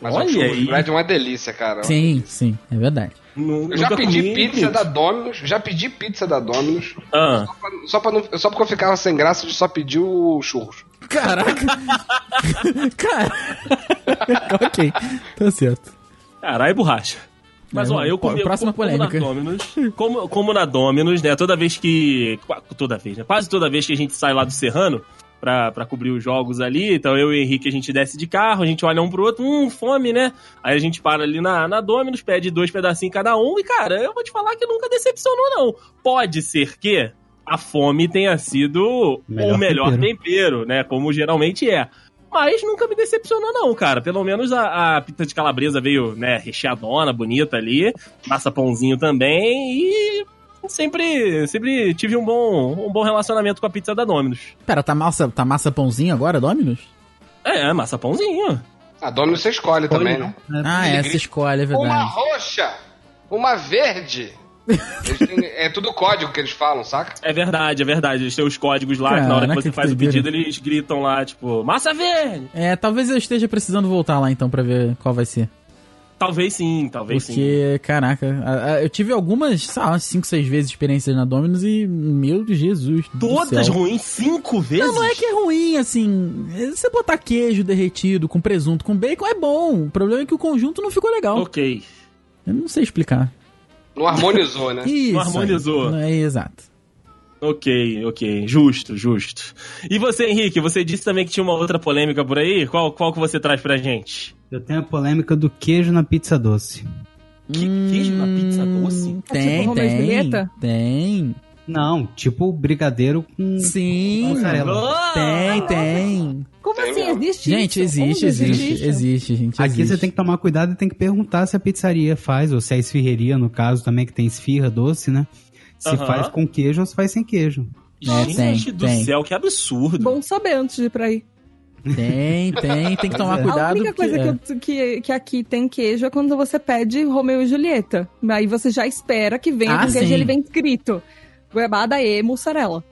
Speaker 4: Mas
Speaker 3: Olha
Speaker 4: o churros
Speaker 3: aí.
Speaker 4: bread é uma delícia, cara.
Speaker 2: Sim, sim, é verdade.
Speaker 3: Nu-
Speaker 4: Eu já
Speaker 3: nunca
Speaker 4: pedi
Speaker 3: comi,
Speaker 4: pizza
Speaker 3: gente.
Speaker 4: da Dominus, já pedi pizza da Dominus,
Speaker 3: Ah,
Speaker 4: só, pra não, só porque eu ficava sem graça de só pedir o churros.
Speaker 2: Caraca! Cara. ok, tá certo.
Speaker 3: caralho, é borracha. Mas,
Speaker 2: É,
Speaker 3: ó, eu
Speaker 2: pô,
Speaker 3: comi,
Speaker 2: próxima
Speaker 3: eu como
Speaker 2: polêmica.
Speaker 3: na Domino's, como, como na Domino's, né, toda vez que... qua- Toda vez, né, quase toda vez que a gente sai lá do Serrano pra, pra cobrir os jogos ali, então eu e o Henrique, a gente desce de carro, a gente olha um pro outro, hum, fome, né? Aí a gente para ali na, na Domino's, pede dois pedacinhos cada um e, cara, eu vou te falar que nunca decepcionou, não. Pode ser que a fome tenha sido
Speaker 5: Melhor
Speaker 3: o melhor
Speaker 5: tempero.
Speaker 3: tempero, né, como geralmente é. Mas nunca me decepcionou, não, cara. Pelo menos a, a pizza de calabresa veio, né, recheadona, bonita ali. Massa pãozinho também. E sempre, sempre tive um bom, um bom relacionamento com a pizza da Domino's.
Speaker 2: Pera, tá massa, tá massa pãozinho agora, Dominus?
Speaker 3: É, massa pãozinho.
Speaker 4: A Dominus você escolhe também, né?
Speaker 2: Ah, é, você escolhe, é
Speaker 4: Uma
Speaker 2: verdade.
Speaker 4: roxa, uma verde. Eles têm- é tudo código que eles falam, saca?
Speaker 3: É verdade, é verdade. Eles têm os códigos lá, que na hora que
Speaker 2: Caraca,
Speaker 3: você
Speaker 2: que
Speaker 3: faz o
Speaker 2: doideira.
Speaker 3: pedido, eles gritam lá, tipo, massa verde!
Speaker 2: É, talvez eu esteja precisando voltar lá então pra ver qual vai ser.
Speaker 3: Talvez sim, talvez sim.
Speaker 2: Porque, caraca, a- a- eu tive algumas, sei lá, 5, 6 vezes experiências na Dominus e, meu Jesus. do
Speaker 3: Todas
Speaker 2: céu.
Speaker 3: ruins cinco vezes?
Speaker 2: Não, não é que é ruim, assim. Você botar queijo derretido com presunto, com bacon é bom. O problema é que o conjunto não ficou legal.
Speaker 3: Ok.
Speaker 2: Eu não sei explicar.
Speaker 4: Não harmonizou, né?
Speaker 2: Isso. aí.
Speaker 3: harmonizou.
Speaker 2: Não, É, exato.
Speaker 3: Ok, ok. Justo, justo. E você, Henrique, você disse também que tinha uma outra polêmica por aí? Qual, qual que você traz pra gente?
Speaker 5: Eu tenho a polêmica do queijo na pizza doce.
Speaker 3: Que- queijo na pizza doce?
Speaker 2: Hum, Tem,
Speaker 6: É tipo Romeu e
Speaker 2: tem.
Speaker 6: Julieta?
Speaker 2: Tem.
Speaker 5: Não, tipo brigadeiro com.
Speaker 2: Sim.
Speaker 3: é
Speaker 5: Mussarela.
Speaker 2: Tem, tem.
Speaker 6: Como
Speaker 4: Tem
Speaker 6: assim?
Speaker 4: mesmo.
Speaker 6: Existe
Speaker 2: Gente,
Speaker 6: isso?
Speaker 2: existe,
Speaker 6: Onde
Speaker 2: existe, existe, gente.
Speaker 5: Aqui
Speaker 2: existe.
Speaker 5: você tem que tomar cuidado e tem que perguntar se a pizzaria faz, ou se a esfirreria, no caso, também que tem esfirra doce, né? Se
Speaker 3: Aham.
Speaker 5: faz com queijo ou se faz sem queijo.
Speaker 2: É,
Speaker 3: Gente
Speaker 2: tem,
Speaker 3: do
Speaker 2: tem.
Speaker 3: céu, que absurdo.
Speaker 6: Bom saber antes de ir pra aí.
Speaker 2: Tem, tem, tem que tomar
Speaker 5: é.
Speaker 2: cuidado.
Speaker 6: a única
Speaker 2: porque-
Speaker 6: coisa que, eu- que, que aqui tem queijo é quando você pede Romeu e Julieta. Aí você já espera que venha
Speaker 2: Ah,
Speaker 6: com queijo
Speaker 2: sim.
Speaker 6: ele vem escrito. Goiabada e mussarela.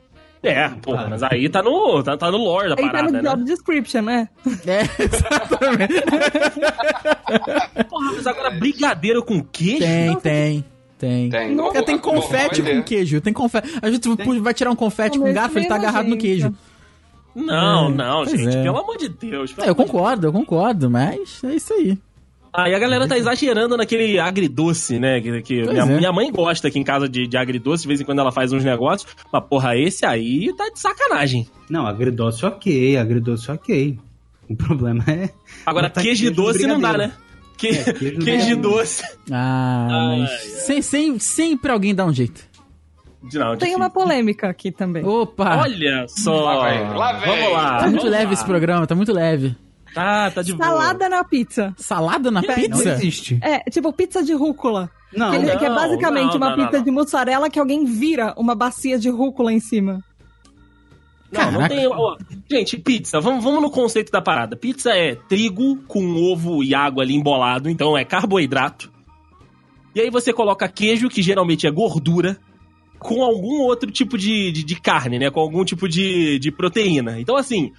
Speaker 3: É, pô, mas aí tá no, tá, tá no lore da
Speaker 6: Aí tá no
Speaker 3: parada, né?
Speaker 6: job description, né?
Speaker 2: É, exatamente.
Speaker 3: Porra, mas agora brigadeiro com queijo?
Speaker 2: Tem, tem, tem.
Speaker 4: Tem.
Speaker 2: Cara, tem
Speaker 4: Não vou- não vou
Speaker 2: confete
Speaker 4: vender.
Speaker 2: com queijo. Tem confete. A gente vai tirar um confete com
Speaker 6: Mas
Speaker 2: garfo, ele tá
Speaker 6: mesmo, assim,
Speaker 2: agarrado no
Speaker 6: gente.
Speaker 2: queijo.
Speaker 3: Não,
Speaker 2: É,
Speaker 3: não,
Speaker 2: pois
Speaker 3: gente.
Speaker 2: é.
Speaker 3: Pelo amor de Deus. pelo
Speaker 2: É, eu
Speaker 3: amor de
Speaker 2: concordo, eu concordo, mas é isso aí.
Speaker 3: Aí a galera tá exagerando naquele agridoce, né? Que, que
Speaker 2: Uhum. Pois
Speaker 3: minha,
Speaker 2: é.
Speaker 3: minha mãe gosta aqui em casa de, de agridoce, de vez em quando ela faz uns negócios. Mas, porra, esse aí tá de sacanagem.
Speaker 5: Não, agridoce ok, agridoce ok. O problema é.
Speaker 3: Agora,
Speaker 5: Mas tá
Speaker 3: queijo de
Speaker 5: queijo de
Speaker 3: doce não dá,
Speaker 5: brigadeiro.
Speaker 3: né? Que-
Speaker 5: É,
Speaker 3: queijo
Speaker 5: queijo
Speaker 3: de
Speaker 5: não.
Speaker 3: doce.
Speaker 2: Ah,
Speaker 3: Ai,
Speaker 2: mas sem, sem, sempre alguém dá um jeito.
Speaker 3: De- Não,
Speaker 6: Tem
Speaker 3: difícil.
Speaker 6: uma polêmica aqui também.
Speaker 2: Opa!
Speaker 3: Olha só.
Speaker 4: Lá vem, lá vem.
Speaker 3: Vamos lá.
Speaker 2: tá muito
Speaker 3: vamos
Speaker 2: leve
Speaker 3: lá.
Speaker 2: esse programa, tá muito leve.
Speaker 3: Tá, tá de boa.
Speaker 6: Salada na pizza.
Speaker 2: Salada na
Speaker 5: Não
Speaker 2: pizza?
Speaker 5: existe.
Speaker 6: É, tipo pizza de rúcula.
Speaker 5: Não,
Speaker 6: que,
Speaker 3: não,
Speaker 6: que é basicamente
Speaker 3: não,
Speaker 6: uma
Speaker 3: não,
Speaker 6: pizza
Speaker 3: não.
Speaker 6: de mussarela que alguém vira uma bacia de rúcula em cima.
Speaker 3: Não, não
Speaker 2: Caraca.
Speaker 3: tem. ó, gente, pizza, vamos, vamos no conceito da parada. Pizza é trigo com ovo e água ali embolado, então é carboidrato. E aí você coloca queijo, que geralmente é gordura, com algum outro tipo de, de, de carne, né? Com algum tipo de, de proteína. Então, assim,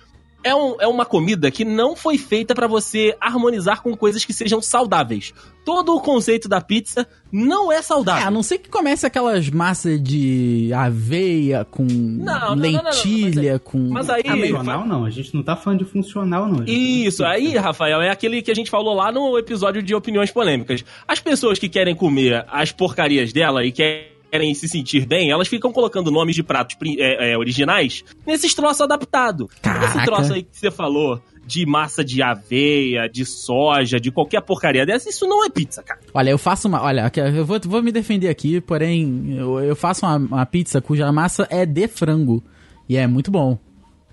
Speaker 3: é, um, é uma comida que não foi feita pra você harmonizar com coisas que sejam saudáveis. Todo o conceito da pizza não é
Speaker 2: É, a
Speaker 3: saudável.
Speaker 2: não ser que comece aquelas massas de aveia com
Speaker 3: não, não, não,
Speaker 2: lentilha, com.
Speaker 3: Mas aí.
Speaker 5: funcional não, a gente não tá falando de funcional não. a gente tá
Speaker 3: Isso,
Speaker 5: não-
Speaker 3: aí, Rafael, é aquele que a gente falou lá no episódio de opiniões polêmicas. As pessoas que querem comer as porcarias dela e querem se sentir bem, elas ficam colocando nomes de pratos pri- é, é, originais nesses troços adaptados. Esse
Speaker 2: Caraca.
Speaker 3: troço aí que você falou de massa de aveia, de soja, de qualquer porcaria dessa, isso não é pizza, cara.
Speaker 2: Olha, eu faço uma. Olha, aqui, eu vou, vou me defender aqui, porém, eu, eu faço uma, uma pizza cuja massa é de frango. E é muito bom.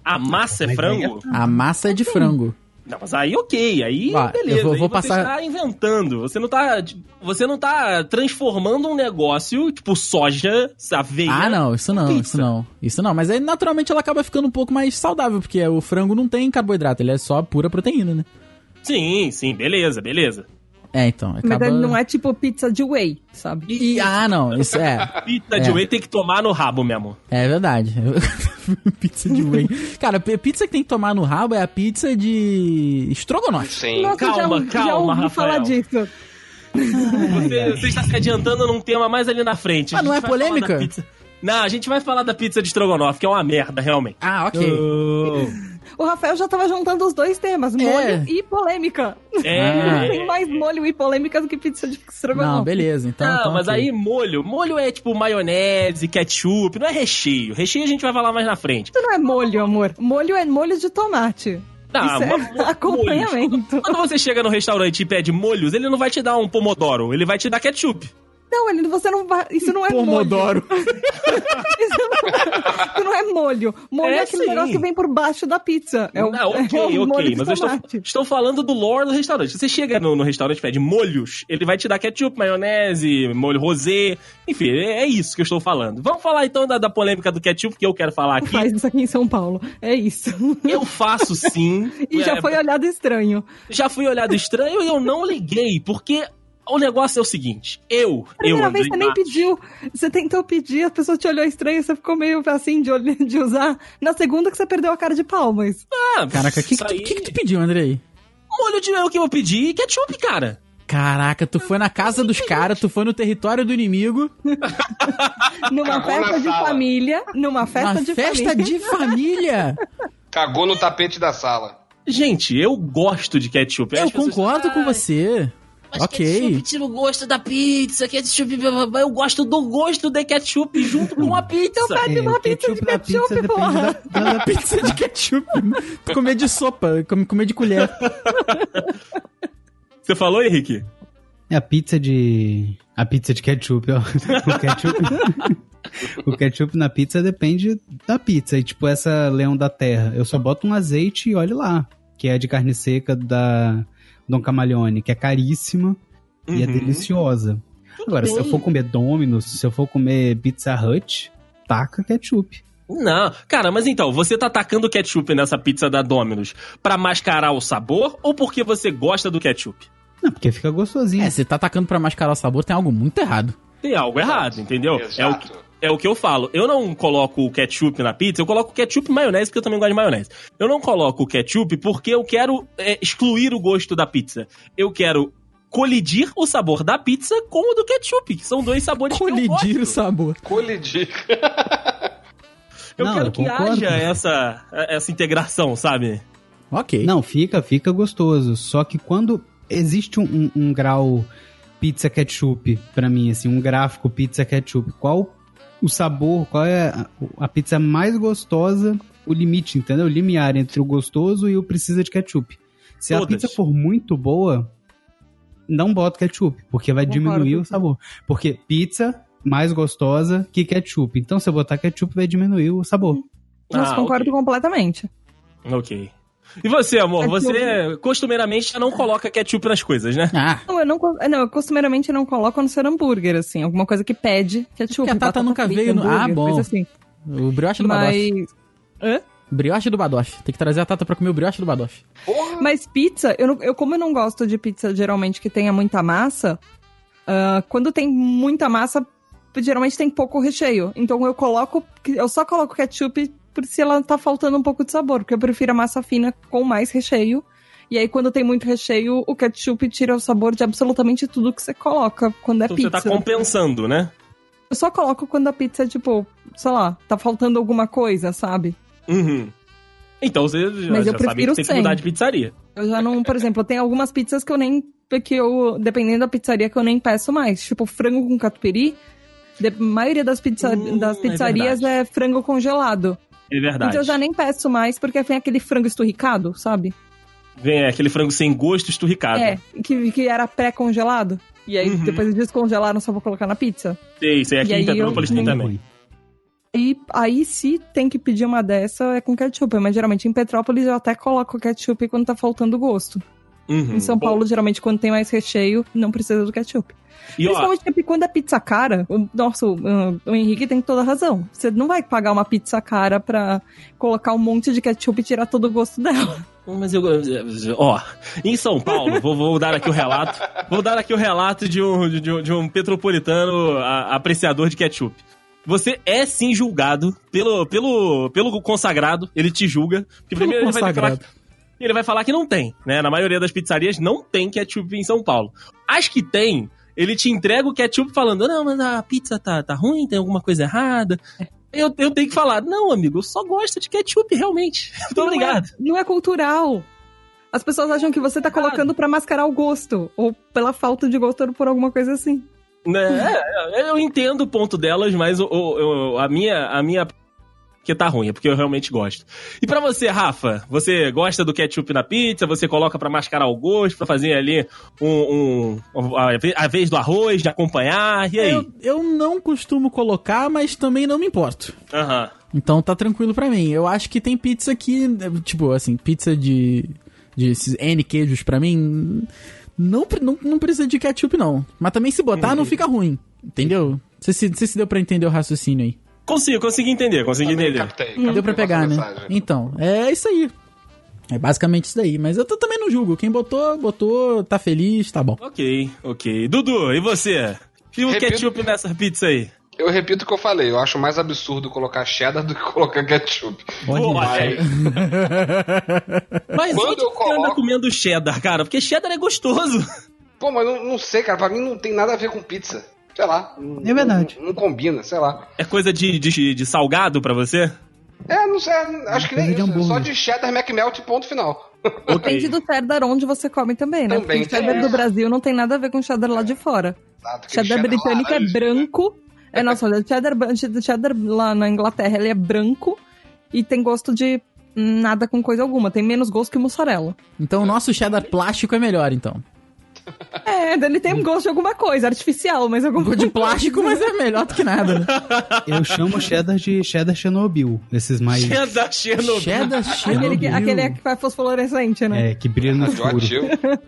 Speaker 3: A massa é
Speaker 5: Mas aí é
Speaker 3: frango?
Speaker 2: A massa é
Speaker 3: Hum.
Speaker 2: de frango.
Speaker 3: Não, mas aí ok, aí
Speaker 2: Ó,
Speaker 3: beleza.
Speaker 2: eu vou-
Speaker 3: aí
Speaker 2: vou
Speaker 3: você
Speaker 2: passar-
Speaker 3: está inventando. Você não tá. Você não tá transformando um negócio, tipo soja, aveia.
Speaker 2: Ah, não, isso não,
Speaker 3: é pizza.
Speaker 2: isso não. Isso não, mas aí naturalmente ela acaba ficando um pouco mais saudável, porque o frango não tem carboidrato, ele é só pura proteína, né?
Speaker 3: Sim, sim, beleza, beleza.
Speaker 2: É, então,
Speaker 6: Mas
Speaker 2: acaba...
Speaker 6: daí não é tipo pizza de whey, sabe?
Speaker 2: E- ah, não, isso é.
Speaker 3: Pizza
Speaker 2: É.
Speaker 3: de whey tem que tomar no rabo mesmo.
Speaker 2: É verdade. pizza de whey. Cara, p- pizza que tem que tomar no rabo é a pizza de estrogonofe.
Speaker 4: Sim.
Speaker 6: Nossa, já,
Speaker 3: Calma,
Speaker 6: ouvi- já
Speaker 3: calma,
Speaker 6: ouvi
Speaker 3: Rafael.
Speaker 6: falar disso.
Speaker 3: Você, você está se adiantando num tema mais ali na frente. A
Speaker 2: Ah, não
Speaker 3: gente
Speaker 2: é
Speaker 3: vai falar
Speaker 2: polêmica?
Speaker 3: da pizza- Não, a gente vai falar da pizza de estrogonofe, que é uma merda, realmente. Oh,
Speaker 2: Ah, ok.
Speaker 6: O Rafael já tava juntando os dois temas, molho
Speaker 2: É.
Speaker 6: e polêmica.
Speaker 2: Ah.
Speaker 3: É.
Speaker 6: Tem mais molho e polêmica do que pizza de estrogonofe.
Speaker 2: Não, beleza, então.
Speaker 3: não,
Speaker 2: então
Speaker 3: mas
Speaker 2: ok.
Speaker 3: aí molho. Molho é tipo maionese, ketchup, não é recheio. Recheio a gente vai falar mais na frente.
Speaker 6: Isso não é molho, amor. Molho é molho de tomate.
Speaker 3: Não,
Speaker 6: Isso
Speaker 3: mo-
Speaker 6: é
Speaker 3: mo- molhos.
Speaker 6: acompanhamento.
Speaker 3: Tá, Quando você chega no restaurante e pede molhos, ele não vai te dar um pomodoro, ele vai te dar ketchup.
Speaker 6: Não, ele, você não vai. Isso não é molho.
Speaker 2: Pomodoro.
Speaker 6: Isso não, isso não é molho. Molho é,
Speaker 3: É,
Speaker 6: aquele
Speaker 3: sim.
Speaker 6: negócio que vem por baixo da pizza. É o,
Speaker 3: Não, ok,
Speaker 6: é o molho
Speaker 3: ok,
Speaker 6: de
Speaker 3: mas eu estou,
Speaker 6: tomate.
Speaker 3: estou falando do lore do restaurante. Você chega no, no restaurante e pede molhos, ele vai te dar ketchup, maionese, molho rosé, enfim, é, é isso que eu estou falando. Vamos falar então da, da polêmica do ketchup que eu quero falar aqui.
Speaker 6: Faz isso aqui em São Paulo. É isso.
Speaker 3: Eu faço sim.
Speaker 6: E
Speaker 3: É,
Speaker 6: já foi olhado estranho.
Speaker 3: já fui olhado estranho e eu não liguei, porque o negócio é o seguinte, eu, eu
Speaker 6: Primeira
Speaker 3: Andrei
Speaker 6: vez você nem
Speaker 3: Matos,
Speaker 6: pediu. Você tentou pedir, a pessoa te olhou estranho, você ficou meio assim de, olh- de usar. Na segunda que você perdeu a cara de pau, mas.
Speaker 3: ah,
Speaker 2: Caraca, o que, que,
Speaker 3: isso
Speaker 2: tu-
Speaker 3: aí-
Speaker 2: que que tu pediu, Andrei?
Speaker 3: molho de eu que eu pedi e ketchup, cara.
Speaker 2: Caraca, tu foi na casa dos caras, tu foi no território do inimigo.
Speaker 6: Numa
Speaker 4: Cagou na
Speaker 6: festa de
Speaker 4: sala.
Speaker 6: família. Numa festa
Speaker 2: Uma
Speaker 6: de
Speaker 2: festa
Speaker 6: família.
Speaker 2: de família.
Speaker 4: Cagou no tapete da sala.
Speaker 3: Gente, eu gosto de ketchup.
Speaker 2: Eu
Speaker 3: As pessoas-
Speaker 2: concordo com você. ok.
Speaker 3: tira o gosto da pizza, ketchup, blá, blá, blá. eu gosto do gosto de ketchup junto com a
Speaker 6: Então
Speaker 3: pizza.
Speaker 5: é
Speaker 6: pede uma pizza é de ketchup, porra.
Speaker 2: é Pizza de ketchup. comer de sopa, com- comer de colher.
Speaker 3: Você falou, Henrique?
Speaker 5: É a pizza de. A pizza de ketchup, ó. O ketchup. O ketchup na pizza depende da pizza. E tipo, essa Leão da Terra, eu só boto um azeite e olhe lá. Que é de carne seca da Don Camaleone, que é caríssima e é
Speaker 3: Uhum.
Speaker 5: deliciosa. Agora, se eu for comer Domino's, se eu for comer Pizza Hut, taca ketchup.
Speaker 3: Não, cara, mas então, você tá tacando ketchup nessa pizza da Domino's pra mascarar o sabor ou porque você gosta do ketchup?
Speaker 5: Não, porque fica gostosinho.
Speaker 2: É, você tá atacando pra mascarar o sabor, tem algo muito errado.
Speaker 3: Tem algo errado, entendeu? É o, que,
Speaker 4: Exato.
Speaker 3: é o que eu falo. Eu não coloco o ketchup na pizza, eu coloco ketchup e maionese, porque eu também gosto de maionese. Eu não coloco o ketchup porque eu quero é, excluir o gosto da pizza. Eu quero colidir o sabor da pizza com o do ketchup, que são dois sabores que eu
Speaker 2: Colidir o
Speaker 3: gosto.
Speaker 2: sabor.
Speaker 4: Colidir.
Speaker 3: Eu
Speaker 5: Não,
Speaker 3: quero
Speaker 5: eu
Speaker 3: que
Speaker 5: concordo
Speaker 3: haja
Speaker 5: com você.
Speaker 3: essa, essa integração, sabe?
Speaker 2: Ok.
Speaker 5: Não, fica, fica gostoso. Só que quando existe um, um- um grau pizza ketchup, pra mim, assim, um gráfico pizza ketchup, qual o sabor, qual é a, a pizza mais gostosa, o limite, entendeu? O limiar entre o gostoso e o precisa de ketchup. Se a
Speaker 3: Todas.
Speaker 5: pizza for muito boa, não bota ketchup, porque vai
Speaker 6: Concordo.
Speaker 5: diminuir o sabor. Porque pizza mais gostosa que ketchup. Então, se eu botar ketchup, vai diminuir o sabor.
Speaker 6: Nossa,
Speaker 3: Ah,
Speaker 6: concordo
Speaker 3: ok.
Speaker 6: completamente.
Speaker 3: Ok. E você, amor?
Speaker 6: Ketchup.
Speaker 3: Você costumeiramente já não coloca ketchup nas coisas, né?
Speaker 2: Ah,
Speaker 6: Não, eu não, co- não, eu costumeiramente não coloco no seu hambúrguer, assim, alguma coisa que pede ketchup.
Speaker 2: Porque a Tata
Speaker 6: batata
Speaker 2: nunca
Speaker 6: frita,
Speaker 2: veio no-
Speaker 6: hambúrguer,
Speaker 2: Ah, bom.
Speaker 6: coisa assim.
Speaker 2: o brioche do Badoff.
Speaker 3: Um
Speaker 6: Mas,
Speaker 2: Brioche do Badoff. Tem que trazer a Tata pra comer o brioche do Badoff.
Speaker 4: Porra!
Speaker 6: mas pizza, eu, não- eu como eu não gosto de pizza geralmente que tenha muita massa, ah, quando tem muita massa, geralmente tem pouco recheio. Então eu coloco, eu só coloco ketchup por se ela tá faltando um pouco de sabor, porque eu prefiro a massa fina com mais recheio. E aí, quando tem muito recheio, o ketchup tira o sabor de absolutamente tudo que você coloca quando é
Speaker 3: Então você
Speaker 6: pizza.
Speaker 3: tá compensando, né?
Speaker 6: Eu só coloco quando a pizza é tipo, sei lá, tá faltando alguma coisa, sabe?
Speaker 3: Uhum. Então você já,
Speaker 6: Mas eu
Speaker 3: já sabe que
Speaker 6: prefiro
Speaker 3: tem que
Speaker 6: sem.
Speaker 3: mudar de pizzaria.
Speaker 6: Eu já não, por exemplo, tem algumas pizzas que eu nem. que eu, dependendo da pizzaria, que eu nem peço mais. Tipo, frango com catupiry. De- a maioria das, pizza,
Speaker 3: Hum,
Speaker 6: das
Speaker 3: é
Speaker 6: pizzarias é,
Speaker 3: verdade.
Speaker 6: frango congelado.
Speaker 3: É verdade.
Speaker 6: Então eu já nem peço mais, porque vem aquele frango esturricado, sabe?
Speaker 3: Vem aquele frango sem gosto esturricado.
Speaker 6: É, que, que era pré-congelado. E aí
Speaker 3: Uhum.
Speaker 6: depois eles descongelaram só pra colocar na pizza.
Speaker 3: Sei, sei. Aqui
Speaker 6: E
Speaker 3: em
Speaker 6: aí eu-
Speaker 3: Petrópolis tem
Speaker 5: Muito
Speaker 3: também.
Speaker 5: ruim.
Speaker 6: E aí, se tem que pedir uma dessa, é com ketchup. Mas geralmente em Petrópolis eu até coloco ketchup quando tá faltando gosto.
Speaker 3: Uhum.
Speaker 6: Em São
Speaker 3: Bom,
Speaker 6: Paulo, geralmente, quando tem mais recheio, não precisa do ketchup.
Speaker 3: E ó,
Speaker 6: Principalmente porque quando é pizza cara, o, nossa, o, ah, o Henrique tem toda a razão. Você não vai pagar uma pizza cara pra colocar um monte de ketchup e tirar todo o gosto dela.
Speaker 3: Mas eu. Ó, em São Paulo, vou, vou dar aqui o relato. Vou dar aqui o relato de um, de um, de um petropolitano a- apreciador de ketchup. Você é sim julgado pelo, pelo, pelo consagrado, ele te julga. Porque
Speaker 2: Pelo
Speaker 3: primeiro ele vai, falar,
Speaker 2: consagrado.
Speaker 3: que- ele vai falar que não tem, né? Na maioria das pizzarias não tem ketchup em São Paulo. As que tem, ele te entrega o ketchup falando: não, mas a pizza tá, tá ruim, tem alguma coisa errada. Eu, eu tenho que falar, não, amigo, eu só gosto de ketchup, realmente. Muito
Speaker 6: Não é-
Speaker 3: obrigado.
Speaker 6: Não é cultural. As pessoas acham que você tá
Speaker 3: Errado.
Speaker 6: colocando pra mascarar o gosto. Ou pela falta de gosto, ou por alguma coisa assim.
Speaker 3: Né? É, eu entendo o ponto delas, mas o- o- o- a minha. A minha que tá ruim, é porque eu realmente gosto. E pra você, Rafa, você gosta do ketchup na pizza? Você coloca pra mascarar o gosto, pra fazer ali um, um- a, ve- a vez do arroz, de acompanhar, e aí?
Speaker 2: Eu, eu não costumo colocar, mas também não me importo.
Speaker 3: Aham.
Speaker 2: Então tá tranquilo pra mim. Eu acho que tem pizza que, eh, tipo, assim, pizza de, de esses N queijos pra mim, não, pre- não, não precisa de ketchup não. Mas também se botar não fica ruim, entendeu? Você se, você se deu pra entender o raciocínio aí.
Speaker 3: Consigo, consegui entender, consegui entender.
Speaker 4: Captei,
Speaker 2: Deu pra pegar, né? Então, é isso aí. É basicamente isso daí. Mas eu t- também não julgo. Quem botou, botou, tá feliz, tá bom.
Speaker 3: Ok, ok. Dudu, e você? E o
Speaker 4: Repito.
Speaker 3: ketchup nessa pizza aí?
Speaker 4: Eu repito o que eu falei, eu acho mais absurdo colocar cheddar do que colocar ketchup.
Speaker 3: Boa,
Speaker 4: Mas,
Speaker 3: Mas
Speaker 4: Quando
Speaker 3: onde
Speaker 4: eu
Speaker 3: que você anda
Speaker 4: coloco-
Speaker 3: comendo cheddar, cara? Porque cheddar é gostoso.
Speaker 4: pô, mas não, não sei, cara, pra mim não tem nada a ver com pizza. Sei lá.
Speaker 5: É verdade.
Speaker 4: Não, não combina, sei lá.
Speaker 3: É coisa de, de, de salgado pra você?
Speaker 4: É, não sei, acho que nem
Speaker 5: coisa de
Speaker 4: isso.
Speaker 5: hambúrguer.
Speaker 4: Só de cheddar, McMelt, ponto final.
Speaker 6: Depende do cheddar onde você come também, né?
Speaker 4: Também
Speaker 6: Porque o
Speaker 4: tem
Speaker 6: cheddar do
Speaker 4: isso.
Speaker 6: Brasil não tem nada a ver com o cheddar lá de fora.
Speaker 4: Exato, aquele
Speaker 6: Cheddar britânico é
Speaker 4: laranja.
Speaker 6: branco. É, nossa, olha, cheddar, bran- cheddar- cheddar lá na Inglaterra, ele é branco e tem gosto de nada com coisa alguma. Tem menos gosto que mussarela.
Speaker 2: Então o nosso cheddar plástico é melhor, então.
Speaker 6: É, É, ele tem um gosto de alguma coisa, artificial, mas algum
Speaker 2: Ficou de plástico, mas é melhor do que nada, né?
Speaker 5: Eu chamo cheddar de cheddar Chernobyl. Esses mais.
Speaker 3: Cheddar Chernobyl.
Speaker 2: Cheddar
Speaker 6: Aquele que,
Speaker 2: Chernobyl.
Speaker 6: aquele que faz fosforescente, né?
Speaker 5: É, que brilha no escuro.
Speaker 4: Radioativo.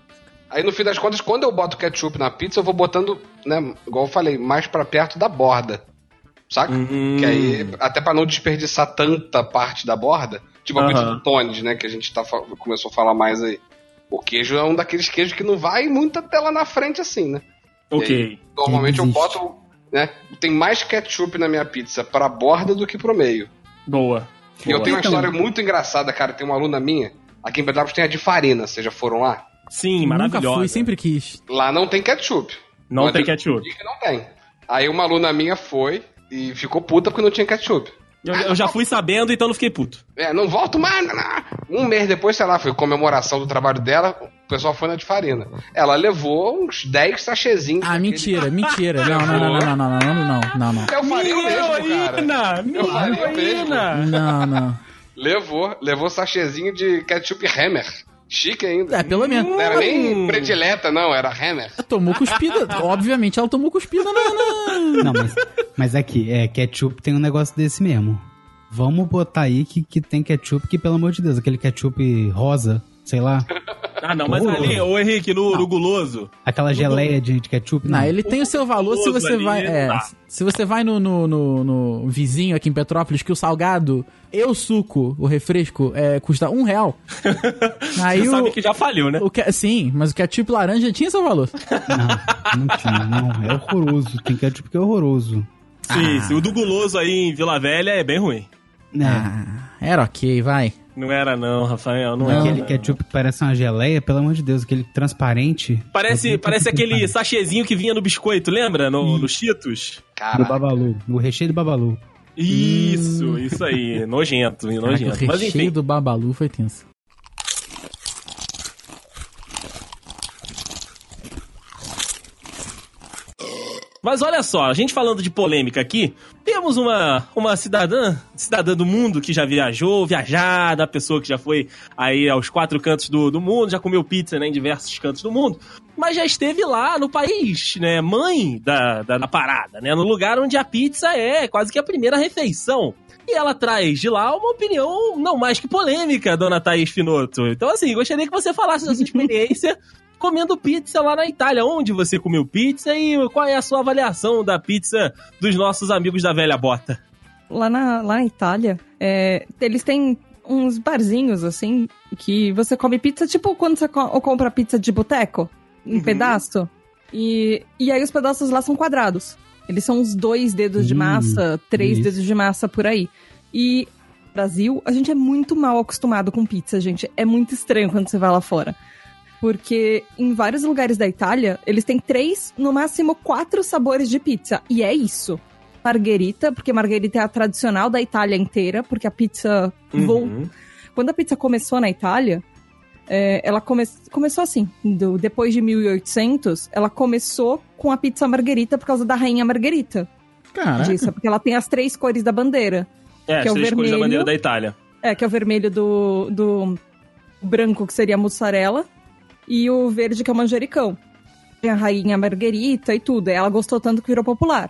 Speaker 4: Aí no fim das contas, quando eu boto ketchup na pizza, eu vou botando, né, igual eu falei, mais pra perto da borda. Saca?
Speaker 3: Hum.
Speaker 4: Que aí, até pra não desperdiçar tanta parte da borda, tipo a pizza
Speaker 3: Aham.
Speaker 4: do Tones, né, que a gente tá, fa- começou a falar mais aí. O queijo é um daqueles queijos que não vai muito até lá na frente assim, né?
Speaker 3: Ok.
Speaker 4: Normalmente eu
Speaker 5: Existe.
Speaker 4: boto, né, tem mais ketchup na minha pizza pra borda do que pro meio.
Speaker 3: Boa.
Speaker 4: E eu
Speaker 3: Boa.
Speaker 4: tenho uma
Speaker 5: Então-
Speaker 4: história muito engraçada, cara, tem uma aluna minha, aqui em Petrópolis tem a de Farina, vocês já foram lá?
Speaker 3: Sim,
Speaker 2: Nunca
Speaker 3: maravilhosa.
Speaker 2: fui, sempre quis.
Speaker 4: Lá não tem ketchup.
Speaker 3: Não tem
Speaker 4: Rodrigo
Speaker 3: ketchup.
Speaker 4: diz que não tem. Aí uma aluna minha foi e ficou puta porque não tinha ketchup.
Speaker 3: Eu, eu já fui sabendo, então não fiquei puto.
Speaker 4: É, não volto mais. não, não. Um mês depois, sei lá, foi comemoração do trabalho dela, o pessoal foi na de farina. Ela levou uns 10 sachezinhos.
Speaker 2: Ah,
Speaker 4: daquele-
Speaker 2: mentira, mentira. Não, não, não, não, não, não, não, não, não, não.
Speaker 4: Eu faria o mesmo, cara.
Speaker 3: Minha
Speaker 4: Eu faria o
Speaker 3: heroína!
Speaker 2: Não, não.
Speaker 4: Levou, levou sachezinho de ketchup Hammer. Chique ainda.
Speaker 2: É, pelo menos.
Speaker 4: Não era nem
Speaker 3: Hum.
Speaker 4: predileta, não, era Hammer.
Speaker 2: Ela Tomou cuspida. Obviamente ela tomou cuspida na. na...
Speaker 5: Não, mas, mas aqui, é, ketchup tem um negócio desse mesmo. Vamos botar aí que, que tem ketchup que, pelo amor de Deus, aquele ketchup rosa, sei lá,
Speaker 3: Ah, não, mas
Speaker 5: Boa.
Speaker 3: ali, ô Henrique, no, no guloso.
Speaker 5: aquela geleia de, de ketchup.
Speaker 2: Não, ele tem o seu valor se você
Speaker 3: ali,
Speaker 2: vai. É,
Speaker 3: tá.
Speaker 2: se você vai no, no, no- no vizinho aqui em Petrópolis, que o salgado e o suco, o refresco, é, custa um real. Aí
Speaker 3: você
Speaker 2: o,
Speaker 3: sabe que já falhou, né?
Speaker 2: o que- Sim, mas o ketchup laranja tinha seu valor.
Speaker 5: Não, não tinha, não. É horroroso. Tem ketchup que é horroroso.
Speaker 2: Ah.
Speaker 3: Sim, sim. O do guloso aí em Vila Velha é bem ruim.
Speaker 5: É,
Speaker 2: Ah, era ok, vai.
Speaker 3: Não era não, Rafael, não,
Speaker 5: aquele
Speaker 3: era.
Speaker 5: ketchup que parece uma geleia, pelo amor de Deus, aquele transparente.
Speaker 2: tá
Speaker 3: Parece, parece aquele sachezinho que vinha no biscoito, lembra? No, no Cheetos.
Speaker 5: Do
Speaker 4: Cara,
Speaker 5: babalu, o recheio do babalu.
Speaker 3: Isso, isso aí. Nojento,
Speaker 2: Hum. Caraca, o
Speaker 3: nojento. Mas
Speaker 2: recheio
Speaker 3: enfim,
Speaker 2: do Babalu foi tenso.
Speaker 3: Mas olha só, a gente falando de polêmica aqui, temos uma, uma cidadã, cidadã do mundo que já viajou, viajada, a pessoa que já foi aí aos quatro cantos do, do mundo, já comeu pizza né, em diversos cantos do mundo, mas já esteve lá no país, né, mãe da, da, da parada, né, no lugar onde a pizza é quase que a primeira refeição. E ela traz de lá uma opinião não mais que polêmica, dona Thaís Finoto. Então, assim, gostaria que você falasse da sua experiência comendo pizza lá na Itália. Onde você comeu pizza e qual é a sua avaliação da pizza dos nossos amigos da velha bota?
Speaker 6: Lá na, lá na Itália, é, eles têm uns barzinhos, assim, que você come pizza, tipo quando você co- compra pizza de boteco, um
Speaker 3: Uhum.
Speaker 6: pedaço. E, e aí os pedaços lá são quadrados. Eles são uns dois dedos de
Speaker 5: Hum,
Speaker 6: massa, três
Speaker 5: isso.
Speaker 6: dedos de massa por aí. E Brasil, a gente é muito mal acostumado com pizza, gente. É muito estranho quando você vai lá fora. Porque em vários lugares da Itália, eles têm três, no máximo quatro sabores de pizza. E é isso. Margherita, porque margherita é a tradicional da Itália inteira, porque a pizza
Speaker 3: Uhum.
Speaker 6: vol- quando a pizza começou na Itália, é, ela come- começou assim, do- depois de 1800, ela começou com a pizza marguerita por causa da rainha marguerita.
Speaker 2: Caraca.
Speaker 6: Disso, porque ela tem as três cores da bandeira.
Speaker 3: É,
Speaker 6: Que
Speaker 3: as
Speaker 6: é o
Speaker 3: três cores da
Speaker 6: vermelho.
Speaker 3: bandeira da Itália.
Speaker 6: É, que é o vermelho do, do branco, que seria a mussarela, e o verde, que é o manjericão. Tem a rainha marguerita e tudo. Ela gostou tanto que virou popular.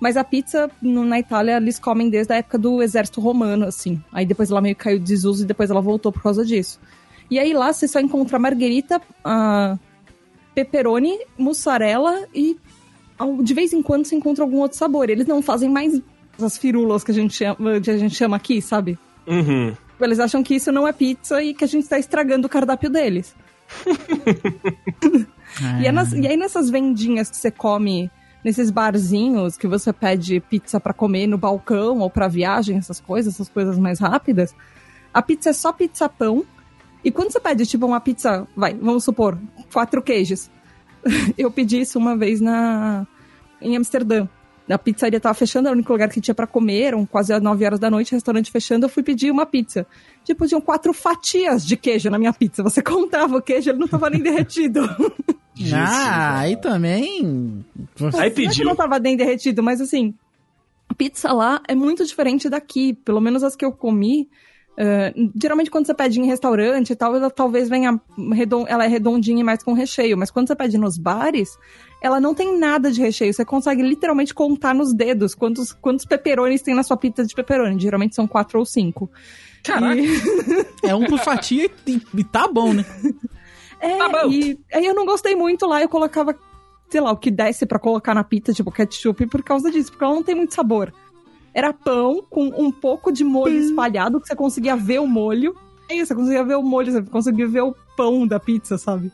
Speaker 6: Mas a pizza no- na Itália eles comem desde a época do exército romano, assim. Aí depois ela meio que caiu de desuso e depois ela voltou por causa disso. E aí lá você só encontra marguerita, a pepperoni, mussarela e ao- de vez em quando você encontra algum outro sabor. Eles não fazem mais as firulas que a gente chama, que a gente chama aqui, sabe?
Speaker 3: Uhum.
Speaker 6: Eles acham que isso não é pizza e que a gente tá estragando o cardápio deles. E, é nas- e aí nessas vendinhas que você come, nesses barzinhos que você pede pizza pra comer no balcão ou pra viagem, essas coisas, essas coisas mais rápidas, a pizza é só pizza pão. E quando você pede, tipo, uma pizza, vai, vamos supor, quatro queijos. Eu pedi isso uma vez na em Amsterdã. A pizzaria tava fechando, era o único lugar que tinha pra comer, eram quase às 9 horas da noite, restaurante fechando, eu fui pedir uma pizza. Tipo, tinham quatro fatias de queijo na minha pizza. Você contava o queijo, ele não tava nem derretido.
Speaker 2: Ah, aí também.
Speaker 3: Aí
Speaker 6: Não é que
Speaker 3: pediu.
Speaker 6: não tava nem derretido, mas assim, a pizza lá é muito diferente daqui. Pelo menos as que eu comi, Ah, geralmente quando você pede em restaurante e tal, ela talvez venha redon- ela é redondinha e mais com recheio, mas quando você pede nos bares, ela não tem nada de recheio. Você consegue literalmente contar nos dedos quantos quantos peperones tem na sua pizza de peperoni. Geralmente são quatro ou cinco.
Speaker 3: Caraca.
Speaker 6: E-
Speaker 2: É um por fatia e, e tá bom, né?
Speaker 6: É,
Speaker 3: Tá bom.
Speaker 6: e aí eu não gostei muito lá, eu colocava, sei lá, o que desse pra colocar na pizza, tipo ketchup, por causa disso, porque ela não tem muito sabor. Era pão com um pouco de molho espalhado, que você conseguia ver o molho. É isso, você conseguia ver o molho, você conseguia ver o pão da pizza, sabe?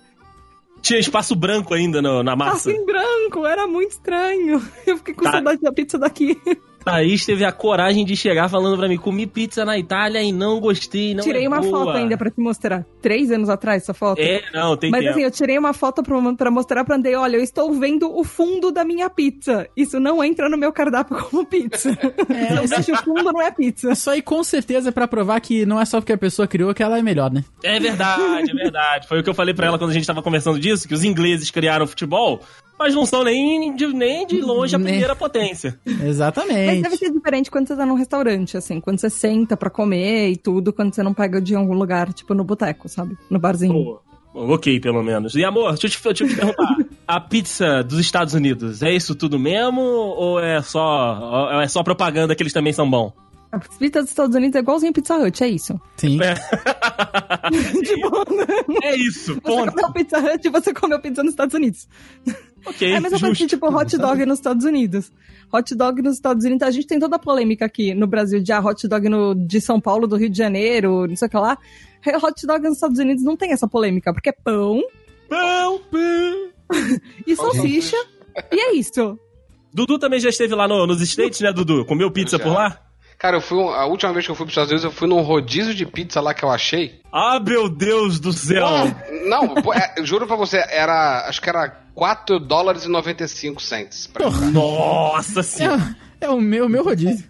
Speaker 3: Tinha espaço branco ainda no- na massa.
Speaker 6: Assim, branco, era muito estranho. Eu fiquei com
Speaker 3: Tá.
Speaker 6: saudade da pizza daqui.
Speaker 3: Thaís teve a coragem de chegar falando pra mim: comi pizza na Itália e não gostei. Não
Speaker 6: tirei
Speaker 3: é
Speaker 6: uma
Speaker 3: boa."
Speaker 6: foto ainda pra te mostrar. Três anos atrás, essa foto.
Speaker 3: É, não, tem
Speaker 6: Mas
Speaker 3: tempo.
Speaker 6: assim, eu tirei uma foto pra, pra mostrar pra Andrei, olha, eu estou vendo o fundo da minha pizza. Isso não entra no meu cardápio como pizza. Se eu deixo o fundo, não é pizza.
Speaker 2: Isso aí com certeza é pra provar que não é só porque a pessoa criou que ela é melhor, né?
Speaker 3: É verdade, é verdade. Foi o que eu falei pra ela quando a gente tava conversando disso, que os ingleses criaram o futebol, mas não são nem de, nem de longe a
Speaker 2: Né.
Speaker 3: primeira potência.
Speaker 6: Mas
Speaker 2: Exatamente.
Speaker 6: deve ser diferente quando você tá num restaurante, assim, quando você senta pra comer e tudo, quando você não pega de algum lugar, tipo no boteco, sabe? No barzinho.
Speaker 3: Pô, ok, pelo menos. E amor, deixa eu te, deixa eu te perguntar: a pizza dos Estados Unidos é isso tudo mesmo? Ou é só, ou é só propaganda que eles também são bons?
Speaker 6: A pizza dos Estados Unidos é igualzinho a Pizza Hut, é isso.
Speaker 2: Sim.
Speaker 6: tipo, você
Speaker 3: É isso, ponto.
Speaker 6: comeu Pizza Hut, você comeu pizza nos Estados Unidos.
Speaker 3: Ok,
Speaker 6: É a mesma coisa que,
Speaker 3: justo.
Speaker 6: tipo, hot dog nos Estados Unidos. Hot dog nos Estados Unidos, a gente tem toda a polêmica aqui no Brasil de ah, hot dog no- de São Paulo, do Rio de Janeiro, não sei o que lá. Hot dog nos Estados Unidos não tem essa polêmica, porque é pão
Speaker 3: Pão, pão.
Speaker 6: e salsicha, e é isso.
Speaker 3: Dudu também já esteve lá no- nos States, né, Dudu? Comeu pizza
Speaker 4: Já.
Speaker 3: por lá?
Speaker 4: Cara, eu fui. um- A última vez que eu fui pros Estados Unidos, eu fui num rodízio de pizza lá que eu achei.
Speaker 3: Ah, meu Deus do
Speaker 2: Então.
Speaker 3: céu!
Speaker 4: Pô, Não, pô, é, eu juro pra você, era. Acho que era 4 dólares e 95 cents. pra-
Speaker 3: Nossa senhora!
Speaker 2: É, é o meu, meu rodízio.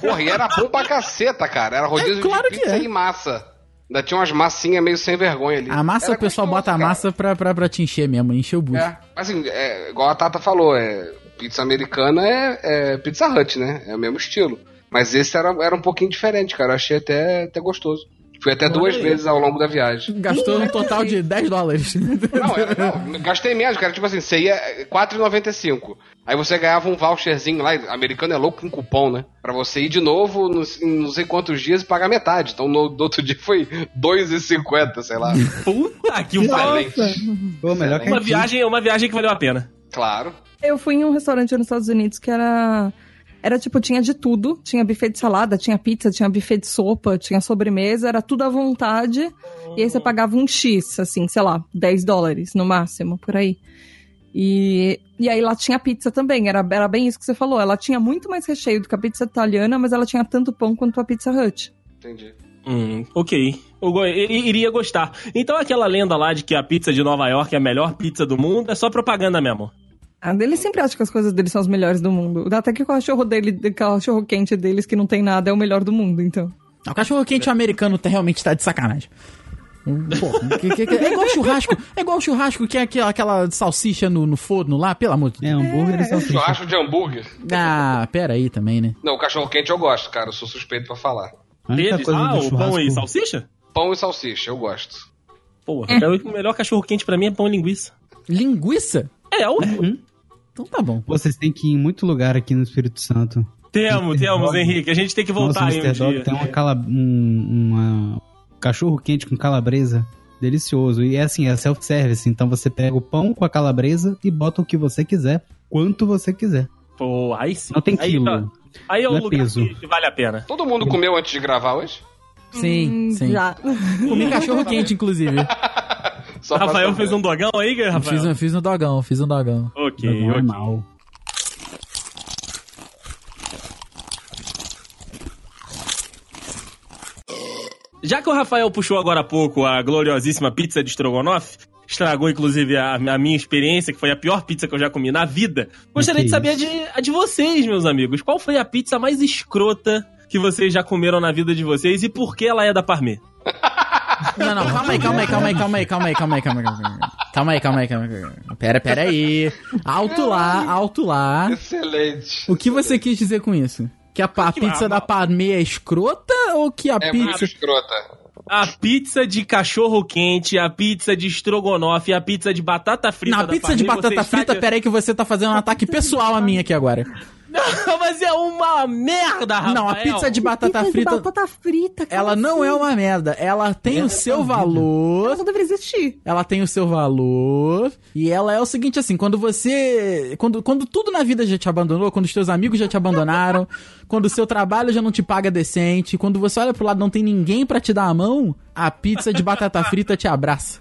Speaker 4: Porra, e era bom pra caceta, cara. Era rodízio
Speaker 2: É, claro
Speaker 4: de
Speaker 2: que
Speaker 4: pizza
Speaker 2: é.
Speaker 4: e massa. Ainda tinha umas massinhas meio sem vergonha ali.
Speaker 2: A massa,
Speaker 4: Era
Speaker 2: o pessoal
Speaker 4: gostoso,
Speaker 2: bota a
Speaker 4: cara.
Speaker 2: massa pra, pra, pra te encher mesmo, encher o bucho.
Speaker 4: É, mas assim, é, igual a Tata falou, é, pizza americana é, é Pizza Hut, né? É o mesmo estilo. Mas esse era, era um pouquinho diferente, cara. Eu achei até, até gostoso. Fui até duas
Speaker 3: aí.
Speaker 4: vezes ao longo da viagem.
Speaker 2: Gastou um total de 10 dólares.
Speaker 4: Não, era, não, gastei menos, cara. Tipo assim, você ia é, R$4,95. Aí você ganhava um voucherzinho lá. Americano é louco com cupom, né? Pra você ir de novo nos- em não sei quantos dias e pagar metade. Então no, do outro dia foi R$2,50, sei lá.
Speaker 3: Puta que pariu!
Speaker 4: Valente.
Speaker 5: Pô, melhor que a
Speaker 3: Uma
Speaker 5: gente-
Speaker 3: viagem, uma viagem que valeu a pena.
Speaker 4: Claro.
Speaker 6: Eu fui em um restaurante nos Estados Unidos que era. Era tipo, tinha de tudo. Tinha buffet de salada, tinha pizza, tinha buffet de sopa, tinha sobremesa, era tudo à vontade. E aí você pagava um X, assim, sei lá, 10 dólares no máximo, por aí. E, e aí lá tinha pizza também, era, era bem isso que você falou. Ela tinha muito mais recheio do que a pizza italiana, mas ela tinha tanto pão quanto a Pizza Hut.
Speaker 4: Entendi.
Speaker 3: Hum, ok. Eu go- i- i- iria gostar. Então aquela lenda lá de que a pizza de Nova York é a melhor pizza do mundo é só propaganda mesmo.
Speaker 6: Ah, Ele sempre acha que as coisas dele são as melhores do mundo. Até que o cachorro dele, o cachorro quente deles, que não tem nada, é o melhor do mundo, então.
Speaker 2: Ah, O cachorro quente americano tá- realmente tá de sacanagem. Hum, Porra, que- que- que- é igual churrasco, é igual churrasco que é aquela, aquela salsicha no, no forno lá, pelo amor de Deus.
Speaker 5: É, hambúrguer e salsicha.
Speaker 4: Churrasco de hambúrguer.
Speaker 2: Ah, pera aí também, né?
Speaker 4: Não, o cachorro quente eu gosto, cara. Eu sou suspeito pra falar.
Speaker 5: A única
Speaker 3: Deles,
Speaker 5: coisa
Speaker 3: ah,
Speaker 5: do
Speaker 3: o pão e
Speaker 5: churrasco-
Speaker 3: salsicha?
Speaker 4: Pão e salsicha, eu gosto.
Speaker 3: Porra, cara, o melhor cachorro quente pra mim é pão e linguiça.
Speaker 2: Linguiça?
Speaker 3: É, o...
Speaker 5: Uhum.
Speaker 2: Então tá bom.
Speaker 5: Vocês têm que ir em muito lugar aqui no Espírito Santo.
Speaker 3: temos, temos,
Speaker 5: Dog.
Speaker 3: Henrique. A gente tem que
Speaker 5: Nossa,
Speaker 3: voltar
Speaker 5: o
Speaker 3: aí um
Speaker 5: Mr. Dog
Speaker 3: dia.
Speaker 5: tem uma, cala... um, uma- cachorro quente com calabresa. Delicioso. E é assim, é self-service. Então você pega o pão com a calabresa e bota o que você quiser, quanto você quiser.
Speaker 3: Pô, aí sim.
Speaker 5: Não tem
Speaker 3: aí,
Speaker 5: quilo.
Speaker 3: tá- Aí é um
Speaker 5: Não é
Speaker 3: lugar
Speaker 5: peso.
Speaker 3: que- que vale a pena.
Speaker 4: Todo mundo comeu antes de gravar hoje?
Speaker 2: Sim, sim.
Speaker 6: Já.
Speaker 2: Comi cachorro quente, inclusive.
Speaker 4: Só pra
Speaker 3: Rafael
Speaker 4: saber.
Speaker 3: fez um dogão aí, Rafael?
Speaker 2: Fiz um, fiz um dogão, fiz um dogão.
Speaker 3: Ok,
Speaker 5: Não é
Speaker 3: ok.
Speaker 5: mal.
Speaker 3: Já que o Rafael puxou agora há pouco a gloriosíssima pizza de Strogonoff, estragou inclusive a, a minha experiência, que foi a pior pizza que eu já comi na vida, gostaria
Speaker 5: Que
Speaker 3: de saber a
Speaker 5: isso.
Speaker 3: de, a de vocês, meus amigos. Qual foi a pizza mais escrota que vocês já comeram na vida de vocês e por que ela é da Parmê?
Speaker 2: Não, não, calma aí, calma aí, calma aí, calma aí, calma aí, calma aí, calma aí. Calma aí, calma aí, calma aí. calma aí. Pera, pera aí. Alto lá, alto lá.
Speaker 4: Excelente.
Speaker 2: O que você quis dizer com isso? Que a, pa- a
Speaker 3: que
Speaker 2: pizza
Speaker 3: a-
Speaker 2: da Parme é escrota ou que a
Speaker 4: É muito
Speaker 2: pizza.
Speaker 4: escrota.
Speaker 3: A pizza de cachorro quente, a pizza de estrogonofe, a pizza de batata frita.
Speaker 2: Na
Speaker 3: da
Speaker 2: pizza de
Speaker 3: Parmesan,
Speaker 2: batata
Speaker 3: você está
Speaker 2: frita,
Speaker 3: de-
Speaker 2: peraí que você tá fazendo um ataque pessoal a mim aqui agora.
Speaker 3: Não, mas é uma merda, Rafael.
Speaker 2: Não, a pizza de batata
Speaker 6: Pizza de
Speaker 2: frita,
Speaker 6: batata frita, cara,
Speaker 2: ela não é
Speaker 6: assim,
Speaker 2: uma merda. Ela tem
Speaker 3: é
Speaker 2: o seu valor.
Speaker 6: Ela não deveria existir.
Speaker 2: Ela tem o seu valor. E ela é o seguinte, assim, quando você. Quando, quando tudo na vida já te abandonou, quando os teus amigos já te abandonaram, quando o seu trabalho já não te paga decente, quando você olha pro lado e não tem ninguém pra te dar a mão, a pizza de batata frita te abraça.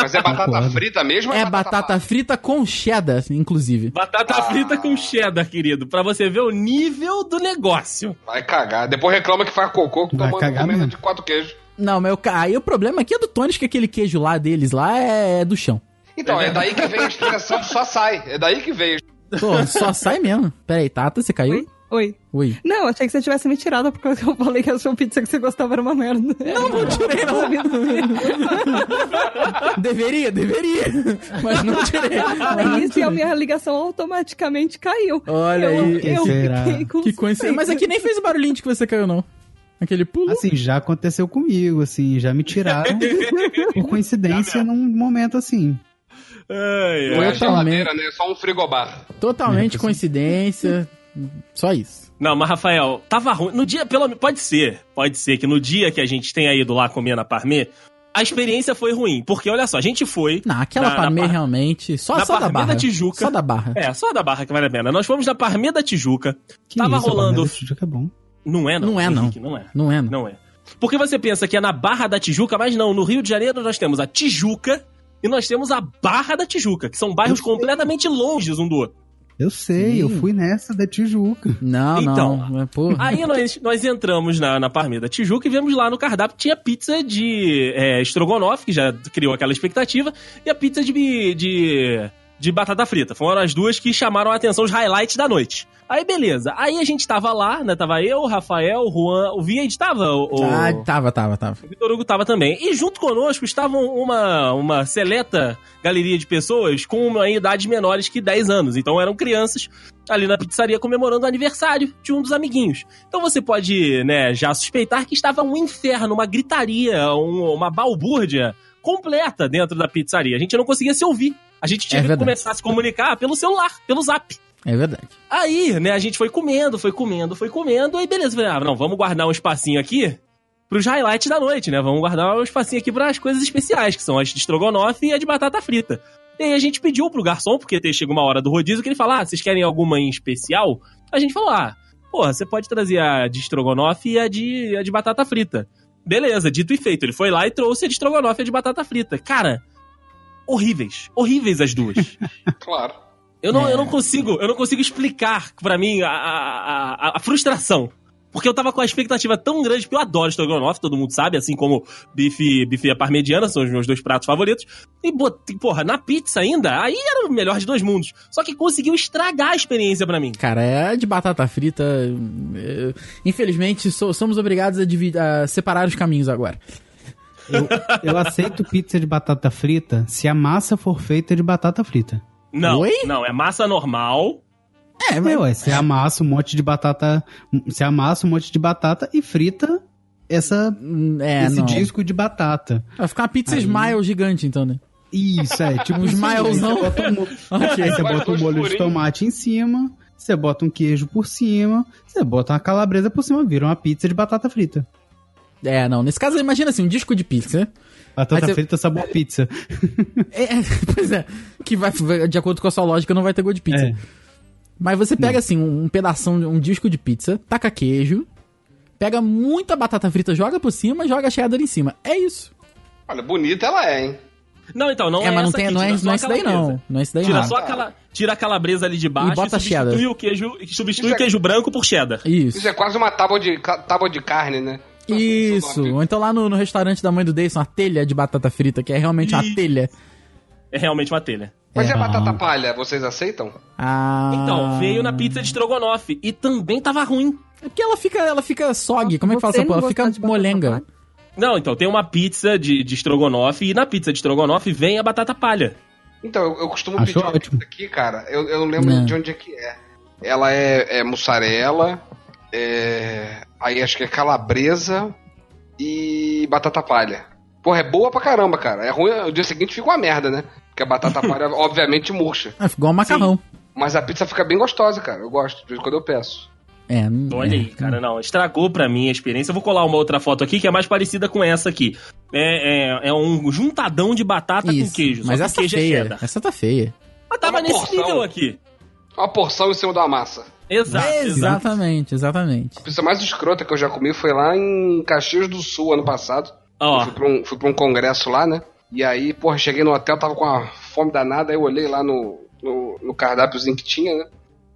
Speaker 4: Mas é batata
Speaker 5: Concordo.
Speaker 4: frita mesmo? ou
Speaker 2: É batata frita com cheddar, inclusive.
Speaker 3: Batata
Speaker 4: Ah.
Speaker 3: frita com cheddar, querido, pra você ver o nível do negócio.
Speaker 4: Vai cagar. Depois reclama que faz cocô que
Speaker 5: Vai
Speaker 4: tomando
Speaker 5: cagar
Speaker 4: comida
Speaker 5: mesmo.
Speaker 4: de quatro queijos.
Speaker 2: Não, mas o ca- aí o problema aqui é do Tônis, que aquele queijo lá deles lá é do chão.
Speaker 4: Então, é daí que vem a expressão só sai. É daí que veio.
Speaker 2: Pô, só sai mesmo. Peraí, Tata, você caiu?
Speaker 6: Oi? Oi.
Speaker 2: Ui.
Speaker 6: Não, achei que você tivesse me tirado porque eu falei que a sua pizza que você gostava era uma merda. Não, não tirei, Ah.
Speaker 2: Deveria, deveria. Mas não tirei.
Speaker 6: Falei É isso e a minha ligação automaticamente caiu.
Speaker 2: Olha
Speaker 6: eu,
Speaker 2: aí.
Speaker 6: Eu
Speaker 5: Que será?
Speaker 6: fiquei com
Speaker 2: Que coincidência. Mas aqui nem fez o barulhinho de que você caiu, não. Aquele pulo.
Speaker 5: Assim, já aconteceu comigo, assim, já me tiraram por coincidência num momento assim.
Speaker 3: Ai,
Speaker 4: Não
Speaker 3: ai.
Speaker 4: é
Speaker 2: Totalmente.
Speaker 4: geladeira, né? É só um frigobar.
Speaker 2: Totalmente
Speaker 5: É,
Speaker 2: coincidência. Só isso.
Speaker 3: Não, mas Rafael, tava ruim. No dia, pelo menos, pode ser. Pode ser que no dia que a gente tenha ido lá comer na Parmê, a experiência foi ruim. Porque, olha só, a gente foi.
Speaker 2: Não, aquela
Speaker 3: Na- na
Speaker 2: parmê
Speaker 3: Barra.
Speaker 2: realmente. Só,
Speaker 3: Na
Speaker 2: só da
Speaker 3: Parmê da
Speaker 2: barra.
Speaker 3: Tijuca.
Speaker 2: Só da barra.
Speaker 3: É, só da barra que vale a pena. Nós fomos na Parmê da Tijuca.
Speaker 5: Que
Speaker 3: Tava rolando.
Speaker 5: a Barra da Tijuca é bom.
Speaker 3: Não é, não.
Speaker 2: Não é, não.
Speaker 3: Henrique, Não é.
Speaker 2: Não é, não.
Speaker 3: Não é. Porque você pensa que é na Barra da Tijuca, mas não. No Rio de Janeiro nós temos a Tijuca e nós temos a Barra da Tijuca, que são bairros completamente longes um do outro.
Speaker 5: Eu sei, eu
Speaker 2: Sim.
Speaker 5: fui nessa da Tijuca.
Speaker 2: Não,
Speaker 3: Então.
Speaker 2: não. É, Porra.
Speaker 3: Aí nós, nós entramos na, na Parmeia da Tijuca e vemos lá no cardápio tinha pizza de é, estrogonofe, que já criou aquela expectativa, e a pizza de, de, de batata frita. Foram as duas que chamaram a atenção, os highlights da noite. Aí beleza, aí a gente tava lá, né, tava eu, o Rafael, o Juan, o Vieira tava, o, o-
Speaker 2: Ah, tava, tava, tava.
Speaker 3: o Vitor Hugo tava também. E junto conosco estavam uma, uma seleta galeria de pessoas com uma idade menores que 10 anos. Então eram crianças ali na pizzaria comemorando o aniversário de um dos amiguinhos. Então você pode, né, já suspeitar que estava um inferno, uma gritaria, um- uma balbúrdia completa dentro da pizzaria. A gente não conseguia se ouvir. A gente
Speaker 2: É
Speaker 3: tinha que
Speaker 2: verdade.
Speaker 3: começar a se comunicar pelo celular, pelo zap.
Speaker 2: É verdade.
Speaker 3: Aí, né, a gente foi comendo, foi comendo, foi comendo, aí beleza, falei, ah, não, vamos guardar um espacinho aqui pros highlights da noite, né? Vamos guardar um espacinho aqui pras coisas especiais, que são as de estrogonofe e a de batata frita. E aí a gente pediu pro garçom, porque te- chega uma hora do rodízio, que ele fala, ah, vocês querem alguma em especial? A gente falou, ah, porra, você pode trazer a de estrogonofe e a de, a de batata frita. Beleza, dito e feito, ele foi lá e trouxe a de estrogonofe e a de batata frita. Cara, horríveis, horríveis as duas.
Speaker 4: Claro.
Speaker 3: Eu não,
Speaker 2: É.
Speaker 3: eu não consigo, eu não consigo explicar pra mim a, a, a- a frustração. Porque eu tava com a expectativa tão grande, porque eu adoro estrogonofe, todo mundo sabe, assim como bife, bife à parmegiana, são os meus dois pratos favoritos. E, botei- porra, na pizza ainda, aí era o melhor de dois mundos. Só que conseguiu estragar a experiência pra mim.
Speaker 2: Cara, é de batata frita. é, Infelizmente, so- somos obrigados a, divi- a separar os caminhos agora.
Speaker 5: Eu aceito pizza de batata frita se a massa for feita de batata frita.
Speaker 3: Não,
Speaker 2: Oi?
Speaker 3: não, é massa normal.
Speaker 2: É,
Speaker 5: É, ué, você amassa um monte de batata. Você amassa um monte de batata e frita essa,
Speaker 2: Hum, É,
Speaker 5: esse
Speaker 2: não.
Speaker 5: disco de batata.
Speaker 2: Vai ficar uma pizza
Speaker 5: Aí-
Speaker 2: smile gigante, então, né?
Speaker 5: Isso, é tipo
Speaker 2: Um
Speaker 5: isso aí.
Speaker 2: smilezão.
Speaker 5: Você bota um, mo- aí
Speaker 2: Ok.
Speaker 5: você
Speaker 4: Mais
Speaker 5: bota um
Speaker 4: dois
Speaker 5: molho de
Speaker 4: furinhos.
Speaker 5: tomate em cima, você bota um queijo por cima, você bota uma calabresa por cima, vira uma pizza de batata frita.
Speaker 2: É, não. Nesse caso, imagina assim, um disco de pizza, né?
Speaker 5: Batata
Speaker 2: Mas eu-
Speaker 5: frita sabor pizza.
Speaker 2: É, é, pois é. Que vai, vai- de acordo com a sua lógica, não vai ter gosto de pizza.
Speaker 5: É.
Speaker 2: Mas você pega, assim, um, um pedação, um disco de pizza, taca queijo, pega muita batata frita, joga por cima, joga cheddar em cima. É isso.
Speaker 4: Olha, bonita ela é, hein?
Speaker 3: Não, então, não é,
Speaker 2: é, mas não,
Speaker 3: essa
Speaker 2: tem,
Speaker 3: aqui,
Speaker 2: não, é,
Speaker 3: tira
Speaker 2: não
Speaker 3: só
Speaker 2: é
Speaker 3: a
Speaker 2: isso daí, não.
Speaker 3: calabresa.
Speaker 2: Não é isso daí,
Speaker 3: Tira
Speaker 2: não.
Speaker 3: só a, cala- tira a calabresa ali de baixo
Speaker 2: E bota
Speaker 3: substitui
Speaker 2: cheddar.
Speaker 3: o queijo, substitui
Speaker 4: Isso
Speaker 3: o
Speaker 4: é-
Speaker 3: queijo branco por cheddar.
Speaker 2: Isso.
Speaker 4: Isso é quase uma tábua de, ca- tábua de carne, né?
Speaker 3: Tá então
Speaker 2: Isso. Ou então lá no, no restaurante da mãe do Dayson, a telha de batata frita, que é realmente uma
Speaker 3: Isso.
Speaker 2: telha.
Speaker 3: É realmente uma telha.
Speaker 4: Mas
Speaker 2: É.
Speaker 4: e a batata palha, vocês aceitam?
Speaker 2: Ah...
Speaker 3: Então, veio na pizza de estrogonofe e também tava ruim.
Speaker 2: É porque ela fica, ela fica sog, como é que fala
Speaker 6: Você
Speaker 2: essa porra?
Speaker 6: não
Speaker 2: Ela fica
Speaker 6: gostar de batata
Speaker 2: molenga.
Speaker 6: palha?
Speaker 3: Não, então tem uma pizza de, de estrogonofe e na pizza de estrogonofe vem a batata palha.
Speaker 4: Então, eu, eu costumo
Speaker 5: Achou
Speaker 4: pedir uma
Speaker 5: ótimo.
Speaker 4: pizza aqui, cara. Eu, eu não lembro
Speaker 2: Não.
Speaker 4: de onde é que é. Ela é, é mussarela, É, aí acho que é calabresa e batata palha. Porra, é boa pra caramba, cara. É ruim, o dia seguinte fica uma merda, né? Porque a batata palha, obviamente, murcha.
Speaker 2: Ah, ficou um macarrão.
Speaker 4: Mas a pizza fica bem gostosa, cara. Eu gosto, de vez em quando eu peço.
Speaker 2: É, não-
Speaker 3: Então, Olha
Speaker 2: é.
Speaker 3: aí, cara, não, estragou pra mim a experiência. Eu vou colar uma outra foto aqui que é mais parecida com essa aqui. É, é, é um juntadão de batata
Speaker 2: Isso.
Speaker 3: com queijo.
Speaker 2: Mas
Speaker 3: só que
Speaker 2: essa
Speaker 3: queijo é
Speaker 2: feia.
Speaker 3: cheddar.
Speaker 2: essa tá feia.
Speaker 3: Mas tava
Speaker 4: Uma
Speaker 3: nesse
Speaker 4: porção.
Speaker 3: nível aqui.
Speaker 4: Uma porção em cima da massa.
Speaker 3: Exato, exato.
Speaker 2: Exatamente, exatamente.
Speaker 4: A pizza mais escrota que eu já comi foi lá em Caxias do Sul, ano passado. Eu
Speaker 3: Ó,
Speaker 4: Fui, pra um, fui pra um congresso lá, né? E aí, porra, cheguei no hotel, tava com uma fome danada, aí eu olhei lá no, no, no cardápiozinho que tinha, né?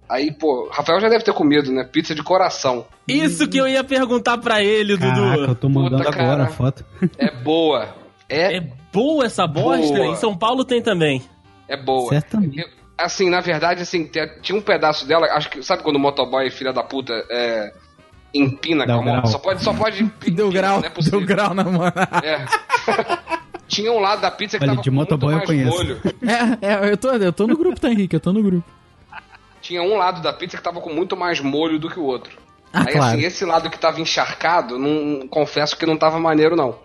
Speaker 4: Aí, pô, Rafael já deve ter comido, né? Pizza de coração.
Speaker 3: isso que eu ia perguntar pra ele,
Speaker 5: Caraca, eu
Speaker 3: Dudu.
Speaker 5: tô mandando
Speaker 4: Puta,
Speaker 5: agora
Speaker 4: cara.
Speaker 5: a foto.
Speaker 4: É boa. É,
Speaker 3: É
Speaker 4: é,
Speaker 3: boa essa bosta?
Speaker 4: Boa.
Speaker 3: Em São Paulo tem também.
Speaker 4: é boa.
Speaker 5: Certamente.
Speaker 4: Eu- assim, na verdade, assim, te- tinha um pedaço dela, acho que, sabe quando o motoboy, filha da puta, é, empina
Speaker 5: Dá
Speaker 4: com a
Speaker 5: o
Speaker 4: moto?
Speaker 5: grau.
Speaker 4: Só pode, só pode empinar,
Speaker 2: Deu grau,
Speaker 4: não é possível.
Speaker 2: deu grau na mão.
Speaker 4: É. tinha um lado da pizza que
Speaker 5: Olha,
Speaker 4: tava
Speaker 5: de
Speaker 4: com muito
Speaker 5: motoboy eu
Speaker 4: mais
Speaker 5: conheço.
Speaker 4: molho.
Speaker 2: É, é, eu tô, eu tô no grupo, tá, Henrique? Eu tô no grupo.
Speaker 4: Tinha um lado da pizza que tava com muito mais molho do que o outro.
Speaker 2: Ah,
Speaker 4: Aí
Speaker 2: claro.
Speaker 4: assim, esse lado que tava encharcado, não confesso que não tava maneiro, não.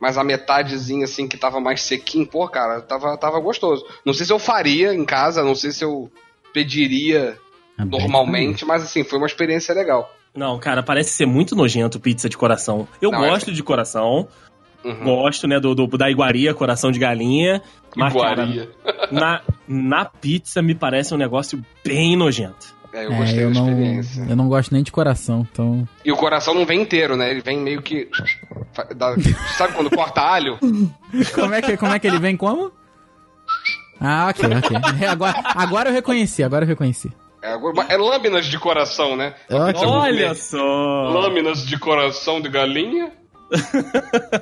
Speaker 4: Mas a metadezinha, assim, que tava mais sequinho, pô, cara, tava, tava gostoso. Não sei se eu faria em casa, não sei se eu pediria
Speaker 5: Ah,
Speaker 4: normalmente, mas assim, foi uma experiência legal.
Speaker 3: Não, cara, parece ser muito nojento pizza de coração. Eu
Speaker 4: Não, é
Speaker 3: gosto de coração,
Speaker 4: Uhum.
Speaker 3: gosto, né, do, do- da iguaria, coração de galinha. Mas, cara,
Speaker 4: Iguaria.
Speaker 3: na, na pizza me parece um negócio bem nojento.
Speaker 4: É, eu
Speaker 2: É,
Speaker 4: gostei
Speaker 2: eu
Speaker 4: da
Speaker 2: não,
Speaker 4: experiência.
Speaker 2: eu não gosto nem de coração, então.
Speaker 4: E o coração não vem inteiro, né? Ele vem meio que. fa- dá- Sabe quando corta alho?
Speaker 2: Como é que, como é que ele vem? Como? Ah, ok, ok. É, agora, agora eu reconheci, agora eu reconheci.
Speaker 4: É, agora- é lâminas de coração, né?
Speaker 2: Ok.
Speaker 3: Olha só!
Speaker 4: Lâminas de coração de galinha.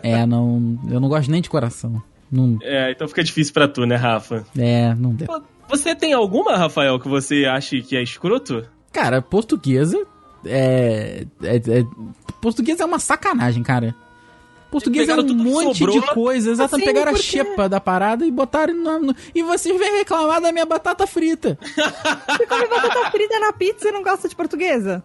Speaker 2: É, não. Eu não gosto nem de coração. Não,
Speaker 3: É, então fica difícil pra tu, né, Rafa?
Speaker 2: é, não deu.
Speaker 3: Você tem alguma, Rafael, que você acha que é escroto?
Speaker 2: Cara, portuguesa é, é, é- Portuguesa é uma sacanagem, cara. Portuguesa é
Speaker 3: Pegaram
Speaker 2: um
Speaker 3: tudo que
Speaker 2: monte
Speaker 3: sobrou,
Speaker 2: de coisa. Exatamente,
Speaker 6: assim,
Speaker 2: pegaram a
Speaker 6: por quê?
Speaker 2: xepa da parada e botaram. No, no- e vocês vêm reclamar da minha batata frita.
Speaker 6: Você come batata frita na pizza e não gosta de portuguesa?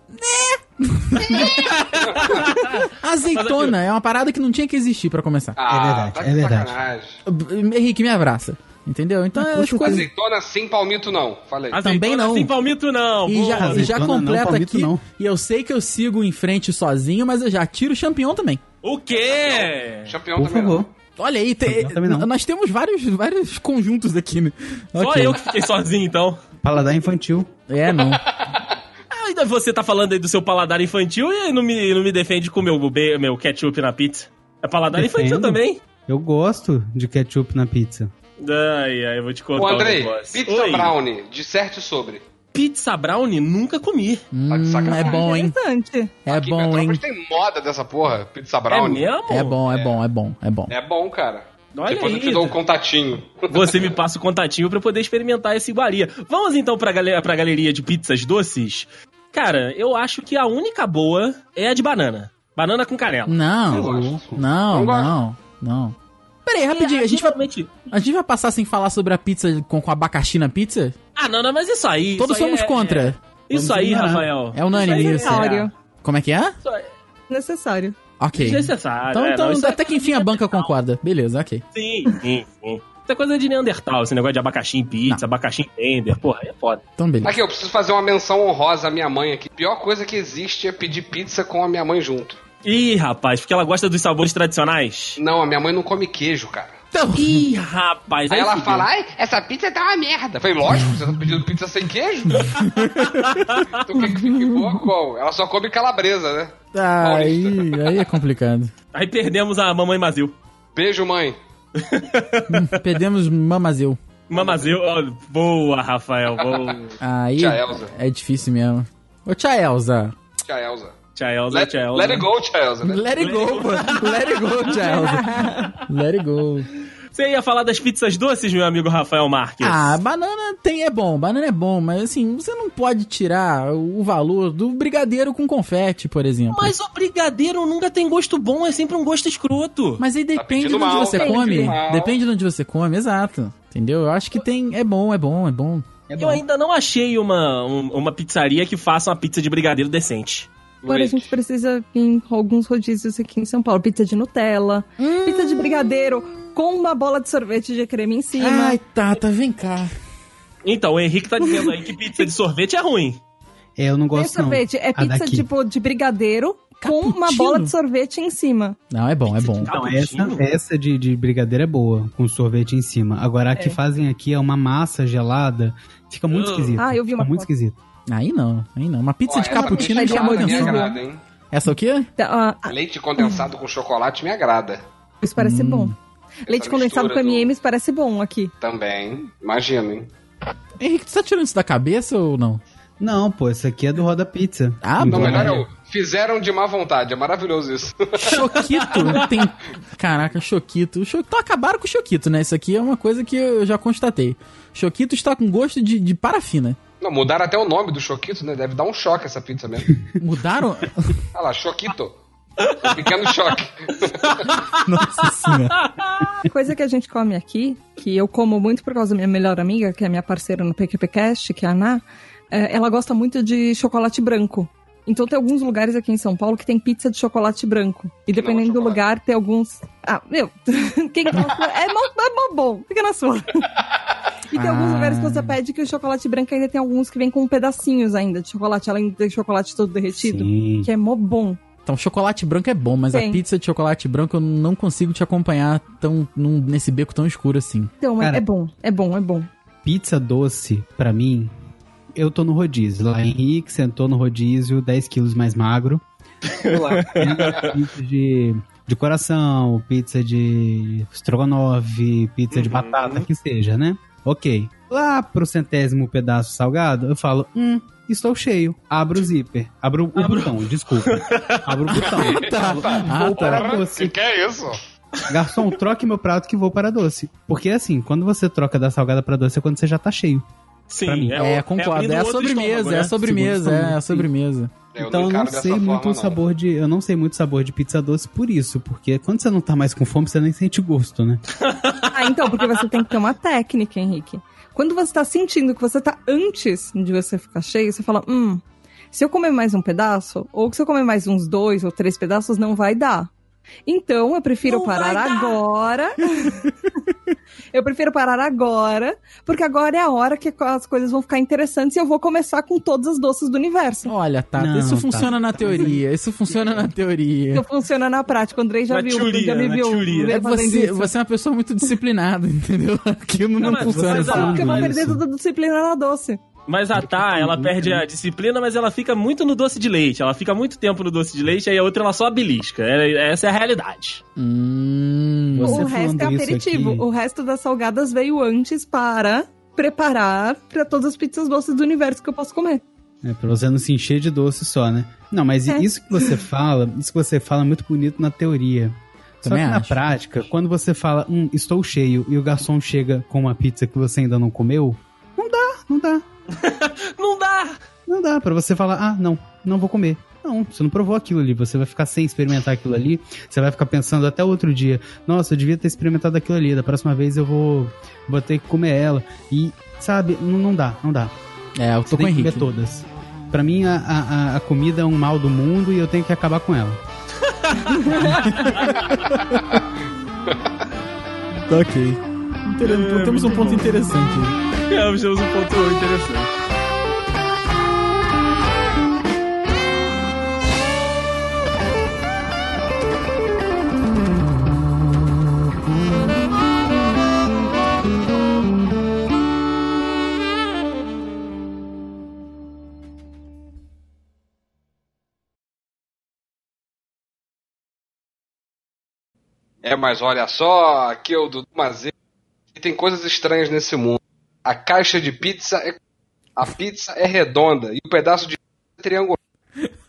Speaker 2: Azeitona é uma parada que não tinha que existir pra começar.
Speaker 4: Ah,
Speaker 5: verdade,
Speaker 4: tá
Speaker 5: é
Speaker 4: de
Speaker 5: verdade.
Speaker 4: sacanagem.
Speaker 2: B- Henrique, me abraça. Entendeu? Então
Speaker 5: Ah,
Speaker 2: é
Speaker 5: com
Speaker 2: as coisas.
Speaker 4: Azeitona sem palmito não, falei.
Speaker 2: Também não.
Speaker 3: Sem assim, palmito, não.
Speaker 2: E
Speaker 3: Boa.
Speaker 2: já, e já
Speaker 5: azeitona não,
Speaker 2: completa
Speaker 5: palmito
Speaker 2: aqui.
Speaker 5: não.
Speaker 2: E eu sei que eu sigo em frente sozinho, mas eu já tiro o champignon também.
Speaker 3: O quê?
Speaker 4: Champignon
Speaker 5: Por
Speaker 4: também
Speaker 5: favor.
Speaker 2: Olha aí, tem-
Speaker 5: Champignon também não.
Speaker 2: nós temos vários, vários conjuntos aqui, né?
Speaker 3: Só
Speaker 2: Ok.
Speaker 3: eu que fiquei sozinho, então.
Speaker 5: Paladar infantil.
Speaker 2: É, não.
Speaker 3: Ainda você tá falando aí do seu paladar infantil e não me, não me defende de comer o be- meu ketchup na pizza. É paladar
Speaker 5: Defendo.
Speaker 3: infantil também?
Speaker 5: Eu gosto de ketchup na pizza.
Speaker 3: Ai, ai, eu vou te
Speaker 4: não.
Speaker 3: contar
Speaker 4: Ô,
Speaker 3: um
Speaker 4: Andrei,
Speaker 3: negócio.
Speaker 4: pizza
Speaker 3: Oi.
Speaker 4: brownie, disserte sobre.
Speaker 3: Pizza brownie nunca comi.
Speaker 2: Hum,
Speaker 4: Tá de
Speaker 2: é
Speaker 4: sacanagem.
Speaker 2: bom, hein?
Speaker 6: Interessante.
Speaker 2: É
Speaker 4: Aqui em
Speaker 2: bom, hein?
Speaker 4: Petrópolis tem moda dessa porra, pizza brownie.
Speaker 3: É mesmo?
Speaker 2: É bom, é bom, é bom, é bom.
Speaker 4: É bom, cara.
Speaker 3: Olha
Speaker 4: Depois
Speaker 3: aí.
Speaker 4: eu te dou um contatinho.
Speaker 3: Você me passa o contatinho pra eu poder experimentar essa iguaria. Vamos então pra, galera, pra galeria de pizzas doces? Cara, eu acho que a única boa é a de banana. Banana com canela.
Speaker 4: Eu
Speaker 2: Não,
Speaker 4: gosto.
Speaker 2: não,
Speaker 4: Eu gosto.
Speaker 2: não, não. Peraí, rapidinho, a gente, vai,
Speaker 3: Realmente-
Speaker 2: a gente vai passar sem falar sobre a pizza com, com abacaxi na pizza?
Speaker 3: Ah, não, não, mas isso aí.
Speaker 2: Todos
Speaker 3: isso aí
Speaker 2: somos
Speaker 3: é-
Speaker 2: contra.
Speaker 3: Isso
Speaker 5: Vamos
Speaker 3: aí,
Speaker 5: ignorar.
Speaker 3: Rafael.
Speaker 2: É unânime isso.
Speaker 6: Necessário.
Speaker 2: Como é que é?
Speaker 3: Isso aí é
Speaker 6: Necessário.
Speaker 2: Ok.
Speaker 3: desnecessário.
Speaker 2: Então,
Speaker 3: é,
Speaker 2: então
Speaker 3: não, isso
Speaker 2: até
Speaker 3: é-
Speaker 2: que enfim a banca concorda. Beleza, ok.
Speaker 3: Sim, sim, sim. Isso é coisa de Neandertal, esse negócio de abacaxi em pizza, abacaxi em tender, porra, aí é foda.
Speaker 2: Então, beleza.
Speaker 4: Aqui, eu preciso fazer uma menção honrosa à minha mãe aqui. Pior coisa que existe é pedir pizza com a minha mãe junto.
Speaker 3: Ih, rapaz, porque ela gosta dos sabores tradicionais?
Speaker 4: Não, a minha mãe não come queijo, cara.
Speaker 2: Então,
Speaker 3: Ih, rapaz,
Speaker 4: Aí ela
Speaker 3: fudeu.
Speaker 4: fala, ai, essa pizza tá uma merda. Eu falei, lógico, você tá pedindo pizza sem queijo? então quer que fique boa qual? Ela só come calabresa, né?
Speaker 2: aí, aí é complicado.
Speaker 3: Aí perdemos a mamãe Mazil.
Speaker 4: Beijo, mãe.
Speaker 2: Hum, Perdemos mamazeu.
Speaker 3: Mamazil, ó, boa, Rafael, boa.
Speaker 2: Aí
Speaker 4: Tia Elza.
Speaker 2: é difícil mesmo. Ô, tia Elza.
Speaker 4: Tia Elza.
Speaker 3: Tia Elza,
Speaker 4: Let,
Speaker 3: tia Elza.
Speaker 4: let it go, tia Elza. né?
Speaker 2: Let it go, pô. Let it go, tia Elza. Let it go.
Speaker 3: Você ia falar das pizzas doces, meu amigo Rafael Marques?
Speaker 2: Ah, banana tem, é bom, banana é bom, mas assim, você não pode tirar o valor do brigadeiro com confete, por exemplo. Mas,
Speaker 3: Mas o brigadeiro nunca tem gosto bom, é sempre um gosto escroto.
Speaker 2: aí depende de
Speaker 4: pedindo
Speaker 2: onde
Speaker 4: mal,
Speaker 2: você
Speaker 4: tá
Speaker 2: come.
Speaker 4: pedindo mal.
Speaker 2: Depende de onde você come, exato. Entendeu? Eu acho que tem. É bom, é bom, é bom.
Speaker 5: É
Speaker 3: Eu ainda não achei uma, um- uma pizzaria que faça uma pizza de brigadeiro decente.
Speaker 6: Agora a
Speaker 4: Luigi.
Speaker 6: gente precisa ir em alguns rodízios aqui em São Paulo. Pizza de Nutella, pizza
Speaker 2: Hum.
Speaker 6: de brigadeiro com uma bola de sorvete de creme em cima.
Speaker 7: Ai, Tata, vem cá.
Speaker 3: Então, o Henrique tá dizendo aí que pizza de sorvete é ruim.
Speaker 5: É, eu não
Speaker 6: Não é
Speaker 5: gosto não.
Speaker 6: sorvete, é
Speaker 5: A
Speaker 6: pizza
Speaker 5: daqui.
Speaker 6: tipo de brigadeiro com uma
Speaker 2: Cappuccino?
Speaker 6: bola de sorvete em cima.
Speaker 2: Não, é bom, é
Speaker 3: Tá
Speaker 2: bom.
Speaker 5: Não, essa,
Speaker 3: Cappuccino?
Speaker 5: essa de, de brigadeira é boa, com sorvete em cima. Agora, a que fazem aqui é uma massa gelada. Fica muito
Speaker 3: Ah.
Speaker 5: esquisito.
Speaker 6: Ah, eu vi uma
Speaker 5: Fica muito
Speaker 6: foto.
Speaker 5: esquisito.
Speaker 2: Aí não, aí não. Uma pizza
Speaker 4: Ó,
Speaker 2: de
Speaker 4: essa
Speaker 2: cappuccino
Speaker 4: leite
Speaker 6: pizza
Speaker 2: chama
Speaker 6: de
Speaker 4: condensado me
Speaker 2: atenção.
Speaker 6: cappuccino.
Speaker 4: agrada, hein?
Speaker 2: Essa o quê?
Speaker 6: Então, ah, ah,
Speaker 4: Leite condensado com chocolate me agrada.
Speaker 6: isso parece
Speaker 5: Hum.
Speaker 6: bom. Leite
Speaker 4: mistura
Speaker 6: condensado com
Speaker 4: do-
Speaker 6: M&M's parece bom aqui.
Speaker 4: Também. Imagina, hein?
Speaker 2: Henrique, tu tá tirando isso da cabeça ou não?
Speaker 5: Não, pô, essa aqui é do Roda Pizza. Então,
Speaker 2: Ah,
Speaker 4: Não,
Speaker 2: bom.
Speaker 4: melhor
Speaker 5: né?
Speaker 4: é o. Fizeram de má vontade. É maravilhoso isso.
Speaker 2: Choquito, tem. Caraca, Choquito. Cho... Então acabaram com o Choquito, né? Isso aqui é uma coisa que eu já constatei. Choquito está com gosto de, de parafina.
Speaker 4: Não, mudaram até o nome do Choquito, né? Deve dar um choque essa pizza mesmo.
Speaker 2: Mudaram.
Speaker 4: Olha lá, Choquito. Um Pequeno choque.
Speaker 2: Nossa senhora.
Speaker 6: Coisa que a gente come aqui, que eu como muito por causa da minha melhor amiga, que é a minha parceira no PQPcast, que é a Ana, é, ela gosta muito de chocolate branco. Então tem alguns lugares aqui em São Paulo que tem pizza de chocolate branco. E dependendo do
Speaker 4: chocolate.
Speaker 6: lugar, tem alguns... Ah, meu, quem que gosta- é, mó, é mó bom, fica na sua. E tem alguns
Speaker 2: Ah.
Speaker 6: lugares que você pede que o chocolate branco ainda tem alguns que vem com pedacinhos ainda de chocolate, além do chocolate todo derretido.
Speaker 5: Sim.
Speaker 6: Que é mó bom.
Speaker 2: Então, chocolate branco é bom, mas a
Speaker 6: Sim.
Speaker 2: pizza de chocolate branco eu não consigo te acompanhar tão, num- nesse beco tão escuro assim.
Speaker 6: Então, é-
Speaker 5: Cara.
Speaker 6: é bom, é bom, é bom.
Speaker 5: Pizza doce, pra mim, eu tô no rodízio. Lá Henrique sentou no rodízio, 10 quilos mais magro. Tô lá, comendo pizza de, de coração, pizza de estrogonofe, pizza de batata, que seja, né? Ok. Lá pro centésimo pedaço salgado, eu falo, hum, estou cheio. Abro o zíper. Abro o botão, desculpa. Abro o botão. Falo,
Speaker 2: Ah, tá.
Speaker 5: vou para doce.
Speaker 4: que é isso?
Speaker 5: Garçom, troque meu prato que vou para doce. Porque assim, quando você troca da salgada para doce é quando você já tá cheio. Pra mim.
Speaker 3: Sim,
Speaker 2: É,
Speaker 3: o-
Speaker 2: concordo.
Speaker 3: abrindo
Speaker 2: É, a
Speaker 3: outro
Speaker 2: sobremesa,
Speaker 3: estômago,
Speaker 2: é
Speaker 3: né?
Speaker 2: a sobremesa,
Speaker 5: Segundo estômago,
Speaker 2: é a
Speaker 5: sim.
Speaker 2: sobremesa.
Speaker 5: então eu não
Speaker 4: encaro É, dessa
Speaker 5: sei muito
Speaker 4: forma,
Speaker 5: o sabor de, eu não sei muito o sabor de pizza doce por isso, porque quando você não tá mais com fome, você nem sente gosto, né?
Speaker 6: Ah, então, porque você tem que ter uma técnica, Henrique. Quando você tá sentindo que você tá antes de você ficar cheio, você fala, hum, se eu comer mais um pedaço, ou se eu comer mais uns dois ou três pedaços, não vai dar. Então, eu prefiro parar agora. eu prefiro parar agora, porque agora é a hora que as coisas vão ficar interessantes e eu vou começar com todos os doces do universo.
Speaker 2: Olha, Tata,
Speaker 5: Não,
Speaker 2: isso
Speaker 5: Tata.
Speaker 2: funciona na teoria. Isso funciona na teoria.
Speaker 6: Então funciona na prática. O Andrei já
Speaker 3: É. Na
Speaker 6: viu, o
Speaker 3: teoria,
Speaker 6: já me
Speaker 3: na
Speaker 6: viu.
Speaker 3: teoria.
Speaker 6: né,
Speaker 2: É
Speaker 6: fazendo
Speaker 2: você,
Speaker 6: isso.
Speaker 2: você é uma pessoa muito disciplinada, entendeu? Aquilo não,
Speaker 3: Não, mas
Speaker 2: funciona.
Speaker 3: você-
Speaker 2: assim.
Speaker 6: Porque eu vou
Speaker 5: falando
Speaker 6: perder
Speaker 5: isso.
Speaker 6: toda a disciplina na doce.
Speaker 3: Mas a Tá, ela perde a disciplina, mas ela fica muito no doce de leite. Ela fica muito tempo no doce de leite, aí a outra ela só belisca. É- Essa é a realidade.
Speaker 2: Hum,
Speaker 5: Você
Speaker 6: o resto é
Speaker 5: falando isso
Speaker 6: aperitivo.
Speaker 5: aqui-
Speaker 6: O resto das salgadas veio antes para preparar para todas as pizzas doces do universo que eu posso comer.
Speaker 5: É, pra você não se encher de doce só, né? Não, mas
Speaker 6: É.
Speaker 5: isso que você fala, isso que você fala é muito bonito na teoria. Só
Speaker 2: Também
Speaker 5: que na
Speaker 2: acho.
Speaker 5: prática, quando você fala, hum, estou cheio, e o garçom chega com uma pizza que você ainda não comeu, não dá, não dá.
Speaker 3: Não dá!
Speaker 5: Não dá pra você falar, ah, não, não vou comer. Não, você não provou aquilo ali, você vai ficar sem experimentar aquilo ali, você vai ficar pensando até outro dia, nossa, eu devia ter experimentado aquilo ali, da próxima vez eu vou, vou ter que comer ela. E, sabe, não, não dá, não dá.
Speaker 2: é, eu
Speaker 5: Você
Speaker 2: tô com o
Speaker 5: tem que
Speaker 2: Henrique.
Speaker 5: comer todas. Pra mim, a, a, a- a comida é um mal do mundo e eu tenho que acabar com ela.
Speaker 2: Tá ok. Inter- Temos um ponto interessante.
Speaker 3: É, temos um ponto interessante.
Speaker 4: É, mas olha só, aqui é o Dudu Mazei. E Tem coisas estranhas nesse mundo. A caixa de pizza é. A pizza é redonda e o pedaço de pizza é triangular.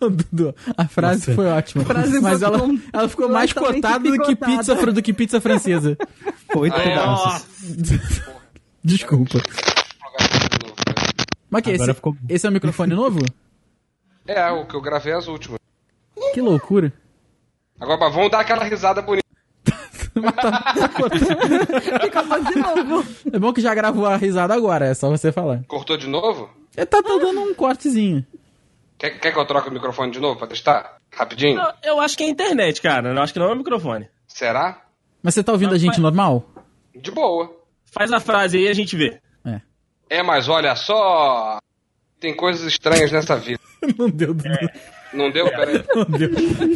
Speaker 2: Dudu, a frase
Speaker 5: Nossa.
Speaker 2: foi ótima.
Speaker 6: frase
Speaker 2: mas
Speaker 6: foi
Speaker 2: ela,
Speaker 6: com-
Speaker 2: ela ficou mais
Speaker 6: completamente
Speaker 2: cotada do que,
Speaker 6: picotada.
Speaker 2: pizza, fr- do que pizza francesa.
Speaker 5: Oito
Speaker 4: Ah, é?
Speaker 5: pedaços.
Speaker 2: Desculpa. Mas que
Speaker 5: Agora
Speaker 2: esse,
Speaker 5: ficou-
Speaker 2: esse é o microfone novo?
Speaker 4: É, o que eu gravei é as últimas.
Speaker 2: Que loucura.
Speaker 4: Agora mas vamos dar aquela risada bonita.
Speaker 2: Mas tá- tá cotado.
Speaker 6: Fica bom de novo.
Speaker 2: é bom que já gravou a risada agora, é só você falar.
Speaker 4: Cortou de novo?
Speaker 2: É, Tá, tá dando um cortezinho.
Speaker 4: Quer, quer que eu troque o microfone de novo pra testar? Rapidinho?
Speaker 3: Eu, eu acho que é a internet, cara. Eu acho que não é o microfone.
Speaker 4: Será?
Speaker 2: Mas você tá ouvindo
Speaker 3: Não,
Speaker 2: a gente
Speaker 3: mas-
Speaker 2: normal?
Speaker 4: De boa.
Speaker 3: Faz a frase aí e a gente vê.
Speaker 4: É, mas olha só. Tem coisas estranhas nessa vida.
Speaker 2: Não deu,
Speaker 4: Não deu? Peraí.
Speaker 2: não deu.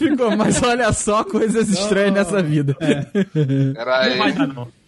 Speaker 2: Ficou, mas olha só coisas estranhas nessa vida.
Speaker 4: Peraí.
Speaker 3: Não vai dar, não.